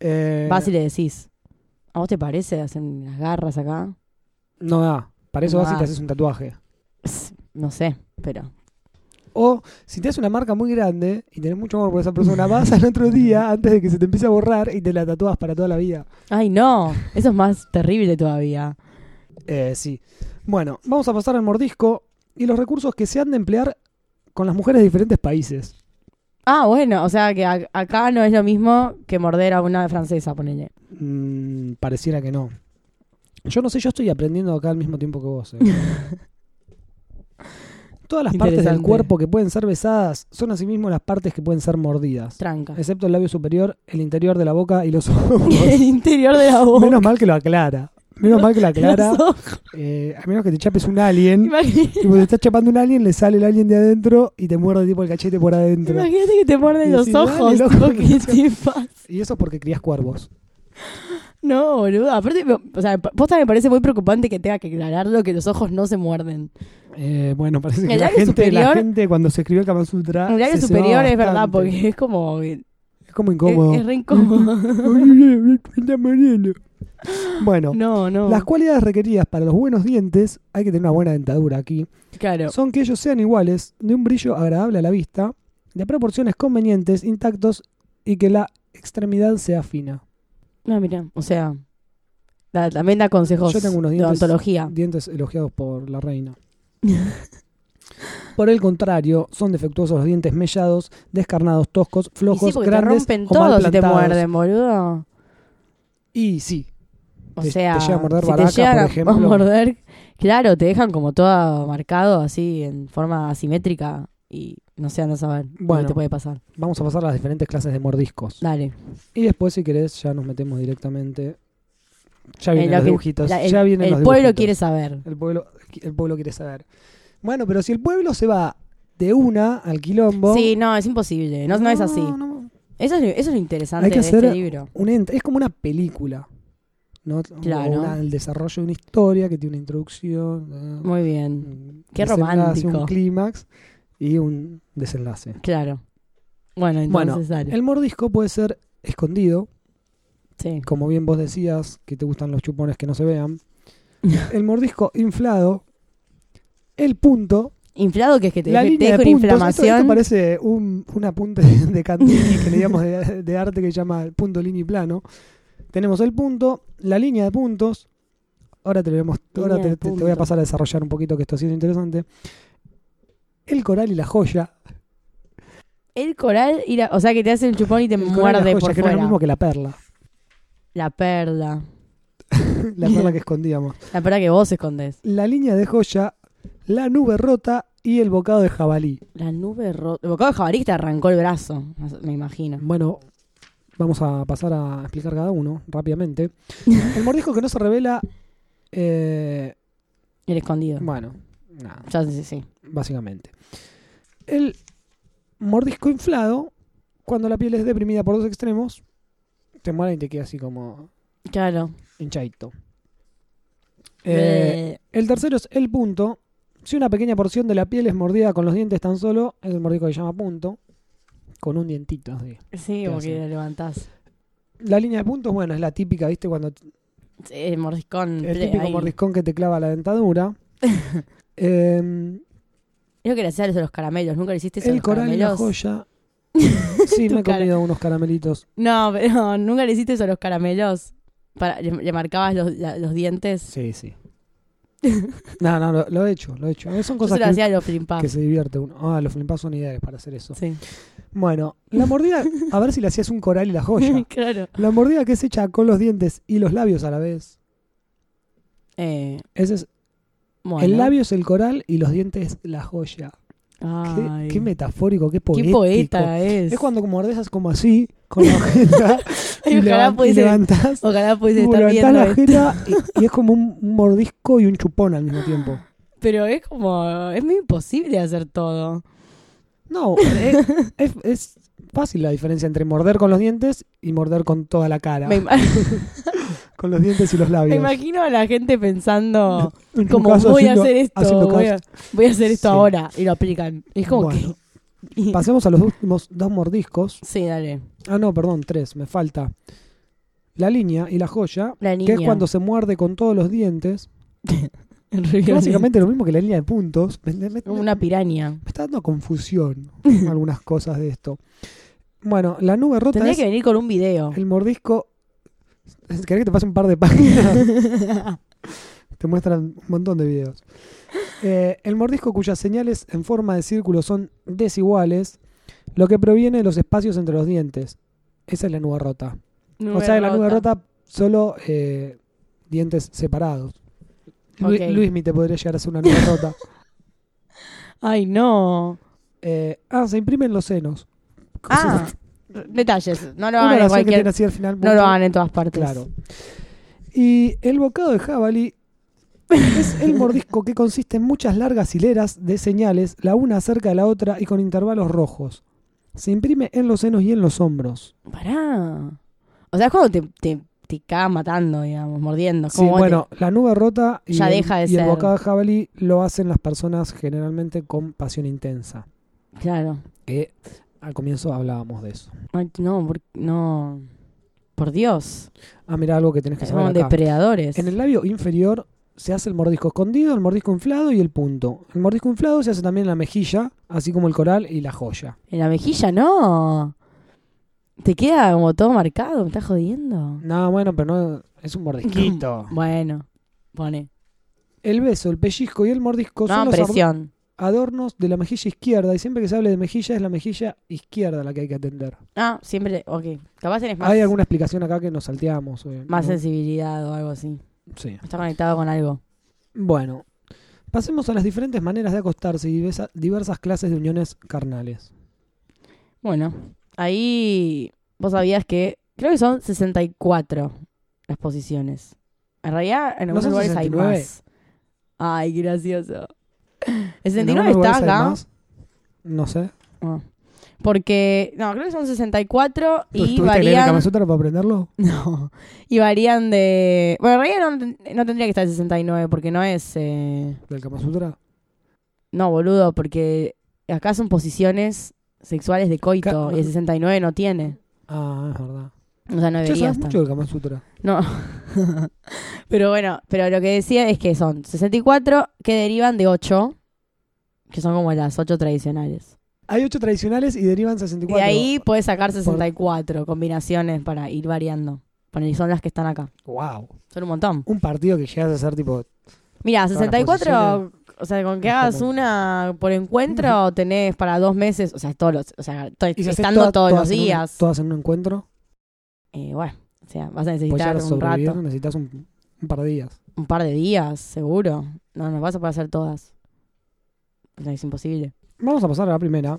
[SPEAKER 1] Eh,
[SPEAKER 2] Vas y le decís, ¿a vos te parece hacer unas garras acá? [LAUGHS]
[SPEAKER 1] No da. Para eso
[SPEAKER 2] No
[SPEAKER 1] vas y
[SPEAKER 2] da.
[SPEAKER 1] te haces un tatuaje.
[SPEAKER 2] No sé, pero.
[SPEAKER 1] O si te haces una marca muy grande y tenés mucho amor por esa persona, vas al otro día antes de que se te empiece a borrar y te la tatuás para toda la vida.
[SPEAKER 2] Ay, no, eso es más terrible todavía.
[SPEAKER 1] Eh, sí. Bueno, vamos a pasar al mordisco y los recursos que se han de emplear con las mujeres de diferentes países.
[SPEAKER 2] Ah, bueno, o sea que a- acá no es lo mismo que morder a una francesa, ponele.
[SPEAKER 1] Mm, pareciera que no. Yo no sé, yo estoy aprendiendo acá al mismo tiempo que
[SPEAKER 2] [LAUGHS]
[SPEAKER 1] vos. eh. Todas las partes del
[SPEAKER 2] Interesante.
[SPEAKER 1] cuerpo que pueden ser besadas son asimismo las partes que pueden ser mordidas.
[SPEAKER 2] Tranca.
[SPEAKER 1] Excepto el labio superior, el interior de la boca y los ojos.
[SPEAKER 2] [LAUGHS] el interior de la boca.
[SPEAKER 1] Menos mal que lo aclara. Menos mal que lo aclara.
[SPEAKER 2] [LAUGHS] los ojos.
[SPEAKER 1] Eh, a menos que te chapes un alien.
[SPEAKER 2] Imagínate,
[SPEAKER 1] Tipo, te estás chapando un alien, le sale el alien de adentro y te muerde tipo el cachete por adentro.
[SPEAKER 2] imagínate que te
[SPEAKER 1] Y
[SPEAKER 2] muerden los
[SPEAKER 1] decís, dale,
[SPEAKER 2] ojos.
[SPEAKER 1] loco,
[SPEAKER 2] tipo,
[SPEAKER 1] me
[SPEAKER 2] ¿Qué
[SPEAKER 1] hizo-
[SPEAKER 2] te pasa?
[SPEAKER 1] Y eso porque crías cuervos.
[SPEAKER 2] [LAUGHS] No, boludo. Aparte, o sea, posta me parece muy preocupante que tenga que aclararlo que los ojos no se muerden.
[SPEAKER 1] Eh, bueno, parece que
[SPEAKER 2] El
[SPEAKER 1] la
[SPEAKER 2] labio
[SPEAKER 1] gente, la
[SPEAKER 2] superior-
[SPEAKER 1] gente cuando se escribió el Kama Sutra.
[SPEAKER 2] El labio
[SPEAKER 1] se
[SPEAKER 2] superior
[SPEAKER 1] cebaba
[SPEAKER 2] es verdad,
[SPEAKER 1] bastante.
[SPEAKER 2] porque es como. eh, Es,
[SPEAKER 1] Es como incómodo.
[SPEAKER 2] es re incómodo.
[SPEAKER 1] Ay, mira, me está muriendo. bueno,
[SPEAKER 2] [LAUGHS] no, no.
[SPEAKER 1] las cualidades requeridas para los buenos dientes, hay que tener una buena dentadura aquí,
[SPEAKER 2] Claro.
[SPEAKER 1] son que ellos sean iguales, de un brillo agradable a la vista, de proporciones convenientes, intactos y que la extremidad sea fina.
[SPEAKER 2] No, mira, o sea. la- también da consejos
[SPEAKER 1] Yo tengo unos
[SPEAKER 2] de
[SPEAKER 1] dientes-
[SPEAKER 2] ontología.
[SPEAKER 1] Dientes elogiados por la reina. Por el contrario, son defectuosos los dientes mellados, descarnados, toscos, flojos,
[SPEAKER 2] y sí, porque te
[SPEAKER 1] grandes
[SPEAKER 2] rompen
[SPEAKER 1] o mal
[SPEAKER 2] todo si te
[SPEAKER 1] plantados.
[SPEAKER 2] muerden, boludo.
[SPEAKER 1] Y sí,
[SPEAKER 2] O
[SPEAKER 1] Te- te
[SPEAKER 2] sea,
[SPEAKER 1] llega a morder
[SPEAKER 2] si
[SPEAKER 1] baraca,
[SPEAKER 2] te llegan
[SPEAKER 1] por
[SPEAKER 2] a-
[SPEAKER 1] ejemplo.
[SPEAKER 2] a morder, claro, te dejan como todo marcado así en forma asimétrica y no sé, andas a ver
[SPEAKER 1] Bueno.
[SPEAKER 2] bueno. te puede pasar.
[SPEAKER 1] vamos a pasar a las diferentes clases de mordiscos.
[SPEAKER 2] Dale.
[SPEAKER 1] Y después, si querés, ya nos metemos directamente. Ya
[SPEAKER 2] Eh,
[SPEAKER 1] vienen
[SPEAKER 2] lo
[SPEAKER 1] los
[SPEAKER 2] que-
[SPEAKER 1] dibujitos.
[SPEAKER 2] la- el
[SPEAKER 1] ya vienen
[SPEAKER 2] el
[SPEAKER 1] los
[SPEAKER 2] pueblo
[SPEAKER 1] dibujitos.
[SPEAKER 2] quiere saber.
[SPEAKER 1] El pueblo, el pueblo quiere saber. Bueno, pero si el pueblo se va de una al quilombo.
[SPEAKER 2] Sí, no, es imposible. No, no es así.
[SPEAKER 1] no.
[SPEAKER 2] Eso es, lo- eso es lo
[SPEAKER 1] Ah.
[SPEAKER 2] interesante
[SPEAKER 1] Hay que
[SPEAKER 2] de
[SPEAKER 1] hacer-
[SPEAKER 2] este libro.
[SPEAKER 1] Un ent- es como una película. ¿no?
[SPEAKER 2] Claro.
[SPEAKER 1] O una- el desarrollo de una historia que tiene una introducción.
[SPEAKER 2] Muy bien.
[SPEAKER 1] un
[SPEAKER 2] Mm, Qué
[SPEAKER 1] desenlace, Un
[SPEAKER 2] romántico.
[SPEAKER 1] clímax y un desenlace.
[SPEAKER 2] Claro. Bueno,
[SPEAKER 1] Bueno,
[SPEAKER 2] entonces dale.
[SPEAKER 1] El mordisco puede ser escondido,
[SPEAKER 2] Sí.
[SPEAKER 1] como bien vos decías, que te gustan los chupones que no se vean.
[SPEAKER 2] [LAUGHS]
[SPEAKER 1] El mordisco inflado, el punto,
[SPEAKER 2] Inflado que es que te,
[SPEAKER 1] la
[SPEAKER 2] deje- te
[SPEAKER 1] línea
[SPEAKER 2] deja
[SPEAKER 1] de
[SPEAKER 2] una
[SPEAKER 1] puntos. Esto- Esto,
[SPEAKER 2] inflamación.
[SPEAKER 1] parece un, un apunte de Candini que le digamos de, de arte que se llama punto, línea y plano. Tenemos el punto, la línea de puntos. Ahora, te, lo vemos- ahora
[SPEAKER 2] Línea
[SPEAKER 1] te,
[SPEAKER 2] de
[SPEAKER 1] te- te voy a
[SPEAKER 2] puntos.
[SPEAKER 1] pasar a desarrollar un poquito que esto ha sido interesante. El coral y la joya.
[SPEAKER 2] El coral, y la- o sea, que te hace el chupón y te
[SPEAKER 1] El coral y la
[SPEAKER 2] muerde
[SPEAKER 1] joya,
[SPEAKER 2] por
[SPEAKER 1] que era
[SPEAKER 2] fuera.
[SPEAKER 1] lo mismo que la perla.
[SPEAKER 2] La perla.
[SPEAKER 1] La
[SPEAKER 2] [LAUGHS]
[SPEAKER 1] perla que escondíamos.
[SPEAKER 2] La perla que vos escondés.
[SPEAKER 1] La línea de joya, la nube rota y el bocado de jabalí.
[SPEAKER 2] La nube rota. El bocado de jabalí que te arrancó el brazo, me imagino.
[SPEAKER 1] Bueno, vamos a pasar a explicar cada uno rápidamente. [LAUGHS] El mordisco que no se revela. eh,
[SPEAKER 2] El escondido.
[SPEAKER 1] bueno, nada,
[SPEAKER 2] Ya sí, sí, sí.
[SPEAKER 1] básicamente. El mordisco inflado, cuando la piel es deprimida por dos extremos, te muere y te queda así como
[SPEAKER 2] Claro.
[SPEAKER 1] hinchadito. Eh,
[SPEAKER 2] Eh,
[SPEAKER 1] el tercero es el punto. Si una pequeña porción de la piel es mordida con los dientes tan solo, es el mordisco que se llama punto. Con un dientito, así.
[SPEAKER 2] sí,
[SPEAKER 1] ¿qué
[SPEAKER 2] como
[SPEAKER 1] hace?
[SPEAKER 2] que lo levantás.
[SPEAKER 1] La línea de puntos, bueno, es la típica, ¿viste? Cuando
[SPEAKER 2] Sí, El mordiscón.
[SPEAKER 1] El
[SPEAKER 2] tre-
[SPEAKER 1] típico
[SPEAKER 2] ahí.
[SPEAKER 1] mordiscón que te clava la
[SPEAKER 2] [LAUGHS]
[SPEAKER 1] dentadura. Em,
[SPEAKER 2] Es lo que le hacía a los de los caramelos. ¿Nunca le hiciste eso a
[SPEAKER 1] el
[SPEAKER 2] los
[SPEAKER 1] coral y la
[SPEAKER 2] caramelos? [LAUGHS]
[SPEAKER 1] joya. Sí,
[SPEAKER 2] Tu
[SPEAKER 1] me he
[SPEAKER 2] cara.
[SPEAKER 1] comido unos caramelitos.
[SPEAKER 2] No, pero [LAUGHS] nunca le hiciste eso a los caramelos. Para, le, le marcabas los, la- los dientes.
[SPEAKER 1] Sí, sí. [LAUGHS] No, no, lo, lo he hecho, lo he hecho. Eh, Son
[SPEAKER 2] Yo se
[SPEAKER 1] cosas
[SPEAKER 2] lo
[SPEAKER 1] que,
[SPEAKER 2] hacía a los
[SPEAKER 1] que
[SPEAKER 2] flimpaps.
[SPEAKER 1] se divierte uno. Ah, los flimpas son ideales para hacer eso.
[SPEAKER 2] [LAUGHS] Sí.
[SPEAKER 1] Bueno, la mordida, a ver si le hacías un coral y la joya.
[SPEAKER 2] [LAUGHS] claro.
[SPEAKER 1] La mordida que es hecha con los dientes y los labios a la vez.
[SPEAKER 2] Eh,
[SPEAKER 1] Ese es,
[SPEAKER 2] bueno.
[SPEAKER 1] El labio es el coral y los dientes la joya. Qué,
[SPEAKER 2] Ay,
[SPEAKER 1] qué metafórico, qué
[SPEAKER 2] qué
[SPEAKER 1] poético.
[SPEAKER 2] poeta es.
[SPEAKER 1] Es cuando como mordesas como así, con
[SPEAKER 2] [LAUGHS]
[SPEAKER 1] la ojeta,
[SPEAKER 2] Ay,
[SPEAKER 1] y,
[SPEAKER 2] ojalá
[SPEAKER 1] levan- y [LAUGHS]
[SPEAKER 2] pudiese,
[SPEAKER 1] levantás,
[SPEAKER 2] ojalá pudiese
[SPEAKER 1] como
[SPEAKER 2] estar
[SPEAKER 1] levantás
[SPEAKER 2] viendo
[SPEAKER 1] la
[SPEAKER 2] esto.
[SPEAKER 1] ojeta y, y es como un, un mordisco y un chupón al mismo tiempo.
[SPEAKER 2] Pero es como, es muy imposible hacer todo.
[SPEAKER 1] No, es, es- es fácil la diferencia entre morder con los dientes y morder con toda la cara.
[SPEAKER 2] Me, ima-
[SPEAKER 1] Con los dientes y los
[SPEAKER 2] [LAUGHS] me
[SPEAKER 1] labios.
[SPEAKER 2] imagino a la gente pensando,
[SPEAKER 1] En tu
[SPEAKER 2] como
[SPEAKER 1] caso,
[SPEAKER 2] voy
[SPEAKER 1] haciendo-
[SPEAKER 2] a hacer esto,
[SPEAKER 1] haciendo
[SPEAKER 2] voy a,
[SPEAKER 1] caso.
[SPEAKER 2] voy a hacer esto
[SPEAKER 1] Sí.
[SPEAKER 2] ahora. Y lo aplican. Y es como [LAUGHS]
[SPEAKER 1] Bueno,
[SPEAKER 2] que...
[SPEAKER 1] Pasemos a los últimos dos mordiscos.
[SPEAKER 2] sí, dale.
[SPEAKER 1] Ah, no, perdón, tres, me falta. La línea y la joya,
[SPEAKER 2] La niña.
[SPEAKER 1] que es cuando se muerde con todos los dientes. [LAUGHS]
[SPEAKER 2] [LAUGHS] En realidad,
[SPEAKER 1] Que básicamente lo mismo que la línea de puntos. Me, me- me-
[SPEAKER 2] Una piraña.
[SPEAKER 1] me está dando
[SPEAKER 2] [LAUGHS]
[SPEAKER 1] confusión con algunas cosas de esto. Bueno, la nube rota
[SPEAKER 2] Tendría
[SPEAKER 1] es
[SPEAKER 2] que venir con un video.
[SPEAKER 1] el mordisco. ¿Querés que te pase un par de páginas?
[SPEAKER 2] [LAUGHS]
[SPEAKER 1] te muestran un montón de videos. Eh, el mordisco cuyas señales en forma de círculo son desiguales, lo que proviene de los espacios entre los dientes. Esa es la nube rota. O sea, la nube rota solo eh, dientes separados. Lu-
[SPEAKER 2] Ok.
[SPEAKER 1] Luismi te podría llegar a hacer una nube rota.
[SPEAKER 2] Ay, no.
[SPEAKER 1] Eh, ah, se imprimen los senos.
[SPEAKER 2] Ah, [LAUGHS] detalles. No lo
[SPEAKER 1] una
[SPEAKER 2] hagan en
[SPEAKER 1] oración que
[SPEAKER 2] cualquier...
[SPEAKER 1] tiene así al final.
[SPEAKER 2] No
[SPEAKER 1] mucho-
[SPEAKER 2] lo hagan en todas partes.
[SPEAKER 1] Claro. Y el bocado de
[SPEAKER 2] [LAUGHS]
[SPEAKER 1] jabalí es el mordisco que consiste en muchas largas hileras de señales, la una cerca de la otra y con intervalos rojos. Se imprime en los senos y en los hombros.
[SPEAKER 2] Pará. O sea, es cuando te, te, te caga matando, digamos, mordiendo.
[SPEAKER 1] Sí,
[SPEAKER 2] Como te-
[SPEAKER 1] bueno, la nube rota y,
[SPEAKER 2] Ya
[SPEAKER 1] el,
[SPEAKER 2] deja de
[SPEAKER 1] y
[SPEAKER 2] ser.
[SPEAKER 1] el bocado de jabalí lo hacen las personas generalmente con pasión intensa.
[SPEAKER 2] Claro.
[SPEAKER 1] Que al comienzo hablábamos de eso.
[SPEAKER 2] Ay, no, por, no. Por Dios.
[SPEAKER 1] Ah, mira algo que tenés que saber
[SPEAKER 2] Son
[SPEAKER 1] acá.
[SPEAKER 2] depredadores.
[SPEAKER 1] En el labio inferior se hace el mordisco escondido, el mordisco inflado y el punto. El mordisco inflado se hace también en la mejilla, así como el coral y la joya.
[SPEAKER 2] En la mejilla, no. Te queda como todo marcado, me estás jodiendo.
[SPEAKER 1] No, bueno, pero no es un mordisquito.
[SPEAKER 2] Bueno, pone.
[SPEAKER 1] El beso, el pellizco y el mordisco son
[SPEAKER 2] No,
[SPEAKER 1] los ar-
[SPEAKER 2] presión.
[SPEAKER 1] adornos de la mejilla izquierda. Y siempre que se hable de mejilla, es la mejilla izquierda la que hay que atender.
[SPEAKER 2] Ah, siempre. Ok. Capaz tenés más,
[SPEAKER 1] Hay alguna explicación acá que nos salteamos. eh,
[SPEAKER 2] más
[SPEAKER 1] ¿no?
[SPEAKER 2] sensibilidad o algo así.
[SPEAKER 1] Sí.
[SPEAKER 2] Está conectado con algo.
[SPEAKER 1] Bueno, pasemos a las diferentes maneras de acostarse y diversa- diversas clases de uniones carnales.
[SPEAKER 2] Bueno, ahí vos sabías que creo que son 64 las posiciones. En realidad, en
[SPEAKER 1] ¿No
[SPEAKER 2] algunos
[SPEAKER 1] son
[SPEAKER 2] lugares hay
[SPEAKER 1] 69?
[SPEAKER 2] más. Ay, qué gracioso. El
[SPEAKER 1] [LAUGHS] ¿En
[SPEAKER 2] 69
[SPEAKER 1] algunos lugares
[SPEAKER 2] está
[SPEAKER 1] hay
[SPEAKER 2] acá.
[SPEAKER 1] más? No sé.
[SPEAKER 2] Ah. Porque, no, creo que son 64
[SPEAKER 1] ¿Tú tuviste
[SPEAKER 2] y
[SPEAKER 1] que leer el
[SPEAKER 2] varían.
[SPEAKER 1] Kama Sutra para aprenderlo?
[SPEAKER 2] [LAUGHS] No, y varían de. Bueno, en realidad no, ten- no tendría que estar el 69 porque no es. eh,
[SPEAKER 1] ¿Del Kama Sutra?
[SPEAKER 2] No, boludo, porque acá son posiciones sexuales de coito
[SPEAKER 1] Ca-
[SPEAKER 2] y el 69 no tiene.
[SPEAKER 1] Ah, es verdad.
[SPEAKER 2] O sea, no
[SPEAKER 1] Yo
[SPEAKER 2] debería
[SPEAKER 1] sabes
[SPEAKER 2] estar.
[SPEAKER 1] mucho del Kama Sutra.
[SPEAKER 2] No. [LAUGHS] pero bueno, pero lo que decía es que son 64 que derivan de 8, que son como las 8 tradicionales.
[SPEAKER 1] Hay ocho tradicionales y derivan
[SPEAKER 2] Y
[SPEAKER 1] 64.
[SPEAKER 2] de ahí puedes sacar 64 combinaciones para ir variando. Ponele, Son las que están acá.
[SPEAKER 1] ¡Wow!
[SPEAKER 2] Son un montón.
[SPEAKER 1] Un partido que llegas a ser tipo...
[SPEAKER 2] Mira,
[SPEAKER 1] las
[SPEAKER 2] 64, o sea, con que
[SPEAKER 1] Es
[SPEAKER 2] hagas
[SPEAKER 1] como-
[SPEAKER 2] una por encuentro tenés para dos meses, o sea, todos los, o sea, to-
[SPEAKER 1] Y si haces
[SPEAKER 2] estando
[SPEAKER 1] todas-
[SPEAKER 2] todos
[SPEAKER 1] todas
[SPEAKER 2] los
[SPEAKER 1] en un-
[SPEAKER 2] días.
[SPEAKER 1] todas en un encuentro, pues
[SPEAKER 2] Eh, bueno, o sea, vas a
[SPEAKER 1] puedes
[SPEAKER 2] necesitar
[SPEAKER 1] llegar a
[SPEAKER 2] un
[SPEAKER 1] sobrevivir.
[SPEAKER 2] rato,
[SPEAKER 1] Necesitas un, un par de días.
[SPEAKER 2] un par de días, seguro. No, no vas a poder hacer todas. O sea, es imposible.
[SPEAKER 1] Vamos a pasar a la primera.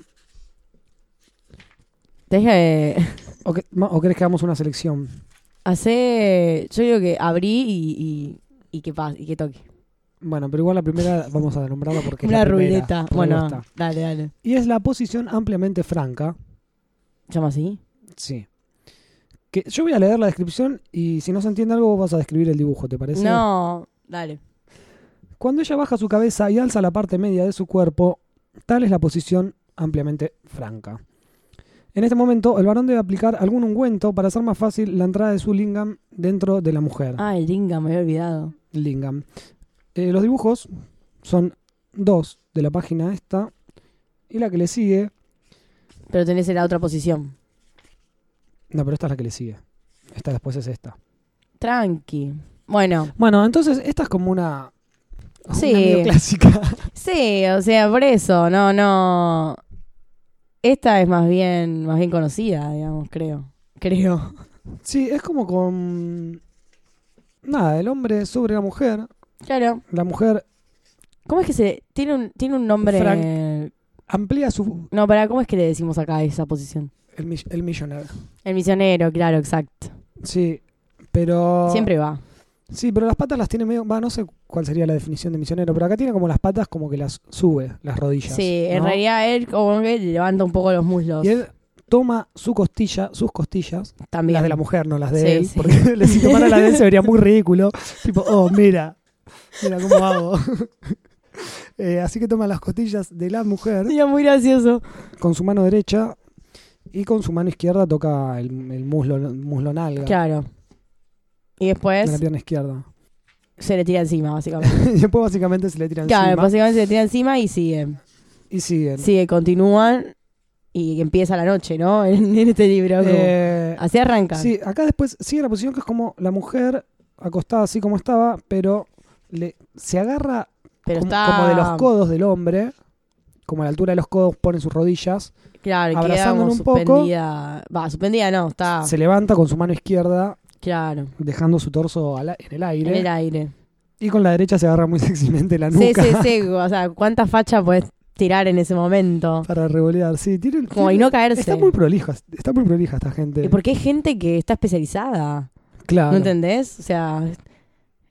[SPEAKER 2] Deje,
[SPEAKER 1] ¿O, que- ma- o querés que hagamos una selección?
[SPEAKER 2] [LAUGHS] hace, yo digo que abrí y, y, y que pase, y que toque.
[SPEAKER 1] Bueno, pero igual la primera vamos a nombrarla porque es la
[SPEAKER 2] Una
[SPEAKER 1] primera.
[SPEAKER 2] ruleta.
[SPEAKER 1] Por
[SPEAKER 2] Bueno,
[SPEAKER 1] algo está.
[SPEAKER 2] dale, dale.
[SPEAKER 1] Y es la posición ampliamente franca.
[SPEAKER 2] ¿Llama así?
[SPEAKER 1] Sí. Que yo voy a leer la descripción y si no se entiende algo vos vas a describir el dibujo, ¿te parece?
[SPEAKER 2] No, dale.
[SPEAKER 1] Cuando ella baja su cabeza y alza la parte media de su cuerpo, tal es la posición ampliamente franca. En este momento, el varón debe aplicar algún ungüento para hacer más fácil la entrada de su lingam dentro de la mujer.
[SPEAKER 2] Ah, el linga, me había olvidado.
[SPEAKER 1] Lingam. Eh, los dibujos son dos de la página esta y la que le sigue.
[SPEAKER 2] Pero tenés en la otra posición.
[SPEAKER 1] No, pero esta es la que le sigue. Esta después es esta.
[SPEAKER 2] Tranqui. Bueno,
[SPEAKER 1] Bueno, entonces esta es como una. una
[SPEAKER 2] Sí.
[SPEAKER 1] medio clásica. [LAUGHS]
[SPEAKER 2] sí, o sea, por eso, no, no. Esta es más bien, más bien conocida, digamos, creo. Creo.
[SPEAKER 1] Sí, es como con. Nada, el hombre sobre la mujer.
[SPEAKER 2] Claro.
[SPEAKER 1] La mujer
[SPEAKER 2] ¿Cómo es que se. Tiene un, tiene un nombre.
[SPEAKER 1] amplía su
[SPEAKER 2] No, para, ¿cómo es que le decimos acá esa posición?
[SPEAKER 1] el, mi- el millonario.
[SPEAKER 2] El misionero, claro, exacto.
[SPEAKER 1] Sí, pero
[SPEAKER 2] Siempre va.
[SPEAKER 1] Sí, pero las patas las tiene medio, va, no sé cuál sería la definición de misionero, pero acá tiene como las patas como que las sube, las rodillas.
[SPEAKER 2] Sí, en
[SPEAKER 1] ¿no?
[SPEAKER 2] realidad él como que levanta un poco los muslos.
[SPEAKER 1] Y él toma su costilla, sus costillas,
[SPEAKER 2] también.
[SPEAKER 1] las de la mujer, no las de
[SPEAKER 2] Sí,
[SPEAKER 1] él,
[SPEAKER 2] sí.
[SPEAKER 1] porque [LAUGHS] le- si tomara las de él se vería muy
[SPEAKER 2] [LAUGHS]
[SPEAKER 1] ridículo. Tipo, oh, mira, mira cómo hago. [LAUGHS] Eh, así que toma las costillas de la mujer
[SPEAKER 2] Era muy gracioso.
[SPEAKER 1] con su mano derecha y con su mano izquierda toca el, el muslo, muslo nalga
[SPEAKER 2] Claro. Y después
[SPEAKER 1] de la pierna izquierda.
[SPEAKER 2] se le tira encima, básicamente.
[SPEAKER 1] y después básicamente se le tiran
[SPEAKER 2] Claro,
[SPEAKER 1] [LAUGHS] encima
[SPEAKER 2] básicamente se le tira encima y siguen.
[SPEAKER 1] y siguen.
[SPEAKER 2] Sigue, continúan y empieza la noche, ¿no? [LAUGHS] En, en este libro. como-
[SPEAKER 1] Eh,
[SPEAKER 2] Así arranca.
[SPEAKER 1] Sí, acá después sigue la posición que es como la mujer acostada así como estaba, pero le, se agarra
[SPEAKER 2] pero
[SPEAKER 1] como,
[SPEAKER 2] está.
[SPEAKER 1] como de los codos del hombre, como a la altura de los codos pone sus rodillas,
[SPEAKER 2] Claro, y queda
[SPEAKER 1] abrazándola
[SPEAKER 2] como
[SPEAKER 1] un poco.
[SPEAKER 2] suspendida. Va, suspendida no, está.
[SPEAKER 1] se levanta con su mano izquierda
[SPEAKER 2] Claro.
[SPEAKER 1] dejando su torso al a- en el aire
[SPEAKER 2] En el aire.
[SPEAKER 1] y con la derecha se agarra muy [LAUGHS] sexymente la
[SPEAKER 2] Sí,
[SPEAKER 1] nuca
[SPEAKER 2] sí, sí. O sea, ¿cuánta facha puedes tirar en ese momento?
[SPEAKER 1] [LAUGHS] para revolear. Sí, tiene,
[SPEAKER 2] Como
[SPEAKER 1] tiene-
[SPEAKER 2] y no caerse.
[SPEAKER 1] está muy prolija, está muy prolija esta gente.
[SPEAKER 2] ¿Y por qué hay gente que está especializada?
[SPEAKER 1] claro.
[SPEAKER 2] ¿No entendés? O sea,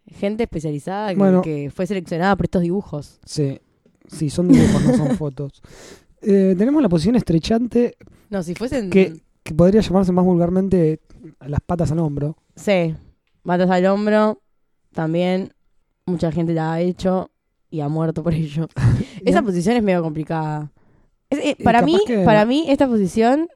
[SPEAKER 2] gente especializada que,
[SPEAKER 1] Bueno.
[SPEAKER 2] que fue seleccionada por estos dibujos.
[SPEAKER 1] Sí. Sí, son dibujos, no
[SPEAKER 2] [LAUGHS]
[SPEAKER 1] son fotos. Eh, tenemos la posición estrechante
[SPEAKER 2] No, si fuesen.
[SPEAKER 1] que, que podría llamarse más vulgarmente a las patas al hombro.
[SPEAKER 2] Sí, matas al hombro. También mucha gente la ha hecho y ha muerto por ello. Esa
[SPEAKER 1] Bien.
[SPEAKER 2] posición es medio complicada. Es- eh,
[SPEAKER 1] Y
[SPEAKER 2] para
[SPEAKER 1] capaz
[SPEAKER 2] mí,
[SPEAKER 1] que-
[SPEAKER 2] para mí esta posición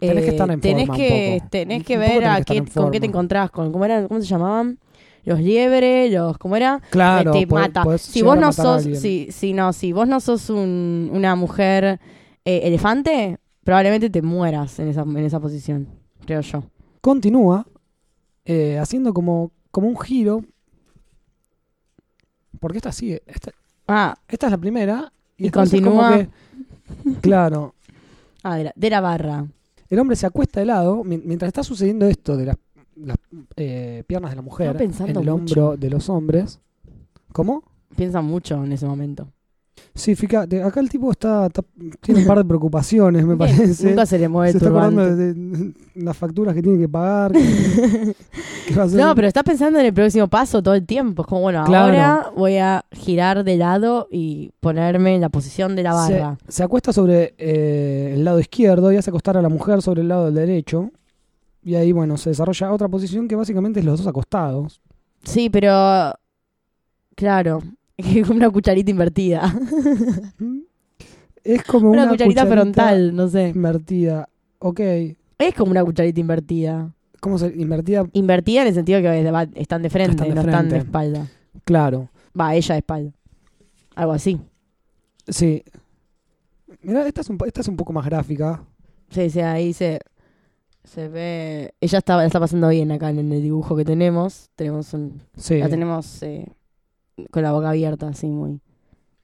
[SPEAKER 2] eh,
[SPEAKER 1] Tenés que estar en
[SPEAKER 2] tenés
[SPEAKER 1] forma un
[SPEAKER 2] que,
[SPEAKER 1] poco.
[SPEAKER 2] tenés
[SPEAKER 1] Un
[SPEAKER 2] que
[SPEAKER 1] poco
[SPEAKER 2] ver
[SPEAKER 1] tenés
[SPEAKER 2] a
[SPEAKER 1] que estar
[SPEAKER 2] qué-
[SPEAKER 1] en
[SPEAKER 2] con qué te
[SPEAKER 1] forma.
[SPEAKER 2] encontrás, con cómo eran, cómo se llamaban, los liebres, los cómo era,
[SPEAKER 1] Claro,
[SPEAKER 2] te
[SPEAKER 1] po-
[SPEAKER 2] mata.
[SPEAKER 1] podés
[SPEAKER 2] Si
[SPEAKER 1] llegar
[SPEAKER 2] vos
[SPEAKER 1] a
[SPEAKER 2] no
[SPEAKER 1] matar a
[SPEAKER 2] sos,
[SPEAKER 1] alguien.
[SPEAKER 2] si, si no, si vos no sos un- una mujer eh, elefante, probablemente te mueras en esa, en esa posición, creo yo.
[SPEAKER 1] Continúa eh, haciendo como, como un giro. Porque esta sigue. Esta,
[SPEAKER 2] Ah,
[SPEAKER 1] esta es la primera. Y,
[SPEAKER 2] Y
[SPEAKER 1] después es como
[SPEAKER 2] continúa.
[SPEAKER 1] que- claro.
[SPEAKER 2] ah, de, la, de la barra.
[SPEAKER 1] El hombre se acuesta de lado. mi- Mientras está sucediendo esto de las, las, eh, piernas de la mujer
[SPEAKER 2] Estaba pensando
[SPEAKER 1] en el
[SPEAKER 2] mucho.
[SPEAKER 1] hombro de los hombres. ¿Cómo?
[SPEAKER 2] Piensa mucho en ese momento.
[SPEAKER 1] Sí, fíjate, acá el tipo está, está- tiene un par de preocupaciones, me
[SPEAKER 2] Bien,
[SPEAKER 1] parece.
[SPEAKER 2] Nunca se le mueve
[SPEAKER 1] Se
[SPEAKER 2] el
[SPEAKER 1] está acordando
[SPEAKER 2] turbante.
[SPEAKER 1] de, de las facturas que tiene que pagar. que- que va a hacer-
[SPEAKER 2] No, pero estás pensando en el próximo paso todo el tiempo. Es como, bueno,
[SPEAKER 1] Claro.
[SPEAKER 2] ahora voy a girar de lado y ponerme en la posición de la barra.
[SPEAKER 1] Se, se acuesta sobre eh, el lado izquierdo y hace acostar a la mujer sobre el lado del derecho. Y ahí, bueno, se desarrolla otra posición que básicamente es los dos acostados.
[SPEAKER 2] Sí, pero. Claro. [LAUGHS] Es como una cucharita invertida. [LAUGHS]
[SPEAKER 1] Es como
[SPEAKER 2] Una,
[SPEAKER 1] una,
[SPEAKER 2] cucharita, frontal, no sé.
[SPEAKER 1] invertida. Ok.
[SPEAKER 2] Es como una cucharita invertida.
[SPEAKER 1] ¿Cómo se invertida?
[SPEAKER 2] Invertida en el sentido que va- están de frente,
[SPEAKER 1] Están de
[SPEAKER 2] no están de
[SPEAKER 1] frente.
[SPEAKER 2] espalda.
[SPEAKER 1] Claro.
[SPEAKER 2] Va, ella de espalda. Algo así.
[SPEAKER 1] Sí. Mira, esta es un, po- esta es un poco más gráfica.
[SPEAKER 2] Sí, sí, ahí se, se ve. Ella está, la está pasando bien acá en el dibujo que tenemos. Tenemos un,
[SPEAKER 1] Sí.
[SPEAKER 2] La tenemos eh, con la boca abierta, así muy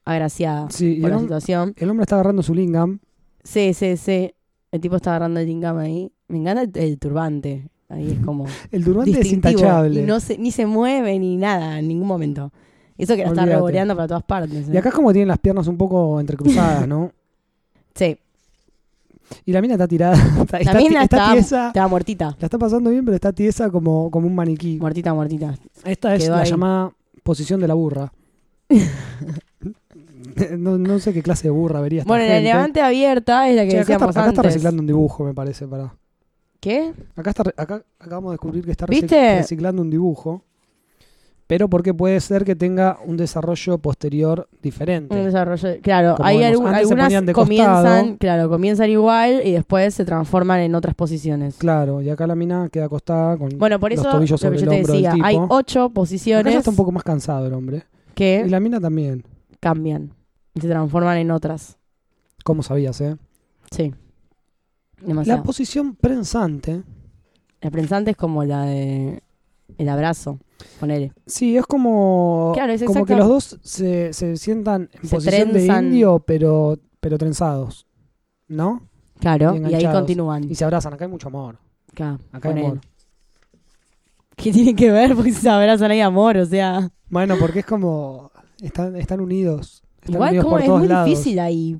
[SPEAKER 2] agraciada
[SPEAKER 1] Sí, y
[SPEAKER 2] por
[SPEAKER 1] el,
[SPEAKER 2] la
[SPEAKER 1] hom-
[SPEAKER 2] situación.
[SPEAKER 1] el hombre está agarrando su lingam.
[SPEAKER 2] Sí, sí, sí. El tipo está agarrando el lingam ahí. Me encanta el, el turbante. Ahí es como
[SPEAKER 1] El [LAUGHS] turbante es
[SPEAKER 2] distintivo.
[SPEAKER 1] intachable.
[SPEAKER 2] Y no se, ni se mueve ni nada en ningún momento. Eso que la está
[SPEAKER 1] Olvídate.
[SPEAKER 2] revoleando para todas partes. ¿eh?
[SPEAKER 1] Y acá es como tienen las piernas un poco entrecruzadas, ¿no?
[SPEAKER 2] Sí,
[SPEAKER 1] Y la mina está tirada. [LAUGHS] Está, está
[SPEAKER 2] mina
[SPEAKER 1] ti- está
[SPEAKER 2] está-
[SPEAKER 1] tiesa.
[SPEAKER 2] estaba muertita.
[SPEAKER 1] La está pasando bien, pero está tiesa como, como un maniquí.
[SPEAKER 2] Muertita, muertita.
[SPEAKER 1] Esta es
[SPEAKER 2] quedó
[SPEAKER 1] la
[SPEAKER 2] ahí.
[SPEAKER 1] llamada posición de la
[SPEAKER 2] [LAUGHS]
[SPEAKER 1] burra. no, no sé qué clase de burra vería esta
[SPEAKER 2] Bueno, la
[SPEAKER 1] gente.
[SPEAKER 2] levante abierta es la que
[SPEAKER 1] Che, acá, está,
[SPEAKER 2] decíamos
[SPEAKER 1] acá está
[SPEAKER 2] antes.
[SPEAKER 1] reciclando un dibujo, me parece. Pará.
[SPEAKER 2] ¿Qué?
[SPEAKER 1] Acá, está, re- acá acabamos de descubrir que está recic-
[SPEAKER 2] ¿Viste?
[SPEAKER 1] reciclando un dibujo. Pero porque puede ser que tenga un desarrollo posterior diferente.
[SPEAKER 2] Un desarrollo. Claro,
[SPEAKER 1] Como
[SPEAKER 2] hay
[SPEAKER 1] vemos,
[SPEAKER 2] algu-
[SPEAKER 1] antes se ponían de
[SPEAKER 2] algunas comienzan,
[SPEAKER 1] costado.
[SPEAKER 2] claro, comienzan igual y después se transforman en otras posiciones.
[SPEAKER 1] Claro, y acá la mina queda acostada con
[SPEAKER 2] Bueno, por
[SPEAKER 1] los
[SPEAKER 2] eso lo que yo
[SPEAKER 1] tobillos sobre
[SPEAKER 2] te
[SPEAKER 1] el hombro del
[SPEAKER 2] decía,
[SPEAKER 1] tipo.
[SPEAKER 2] hay ocho
[SPEAKER 1] Acá
[SPEAKER 2] posiciones
[SPEAKER 1] ya está un poco más cansado el hombre.
[SPEAKER 2] que
[SPEAKER 1] Y la mina también.
[SPEAKER 2] cambian y se transforman en otras.
[SPEAKER 1] ¿Cómo sabías, eh?
[SPEAKER 2] Sí.
[SPEAKER 1] La
[SPEAKER 2] Demasiado. La,
[SPEAKER 1] posición prensante,
[SPEAKER 2] prensante es como la de el abrazo, ponele.
[SPEAKER 1] sí, es como,
[SPEAKER 2] Claro, es
[SPEAKER 1] como
[SPEAKER 2] exacto.
[SPEAKER 1] que los dos se, se sientan en
[SPEAKER 2] Se
[SPEAKER 1] posición
[SPEAKER 2] trenzan.
[SPEAKER 1] de indio, pero, pero trenzados, ¿no?
[SPEAKER 2] Claro,
[SPEAKER 1] Y
[SPEAKER 2] y ahí
[SPEAKER 1] enganchados.
[SPEAKER 2] continúan.
[SPEAKER 1] Y se abrazan, acá hay mucho amor,
[SPEAKER 2] Acá,
[SPEAKER 1] acá hay
[SPEAKER 2] ponele.
[SPEAKER 1] amor.
[SPEAKER 2] que tienen que ver? Porque si se abrazan hay amor, o sea.
[SPEAKER 1] Bueno, porque es como. Están, están unidos. Están
[SPEAKER 2] Igual,
[SPEAKER 1] unidos
[SPEAKER 2] ¿cómo?
[SPEAKER 1] por
[SPEAKER 2] Es
[SPEAKER 1] todos
[SPEAKER 2] muy
[SPEAKER 1] lados.
[SPEAKER 2] difícil ahí.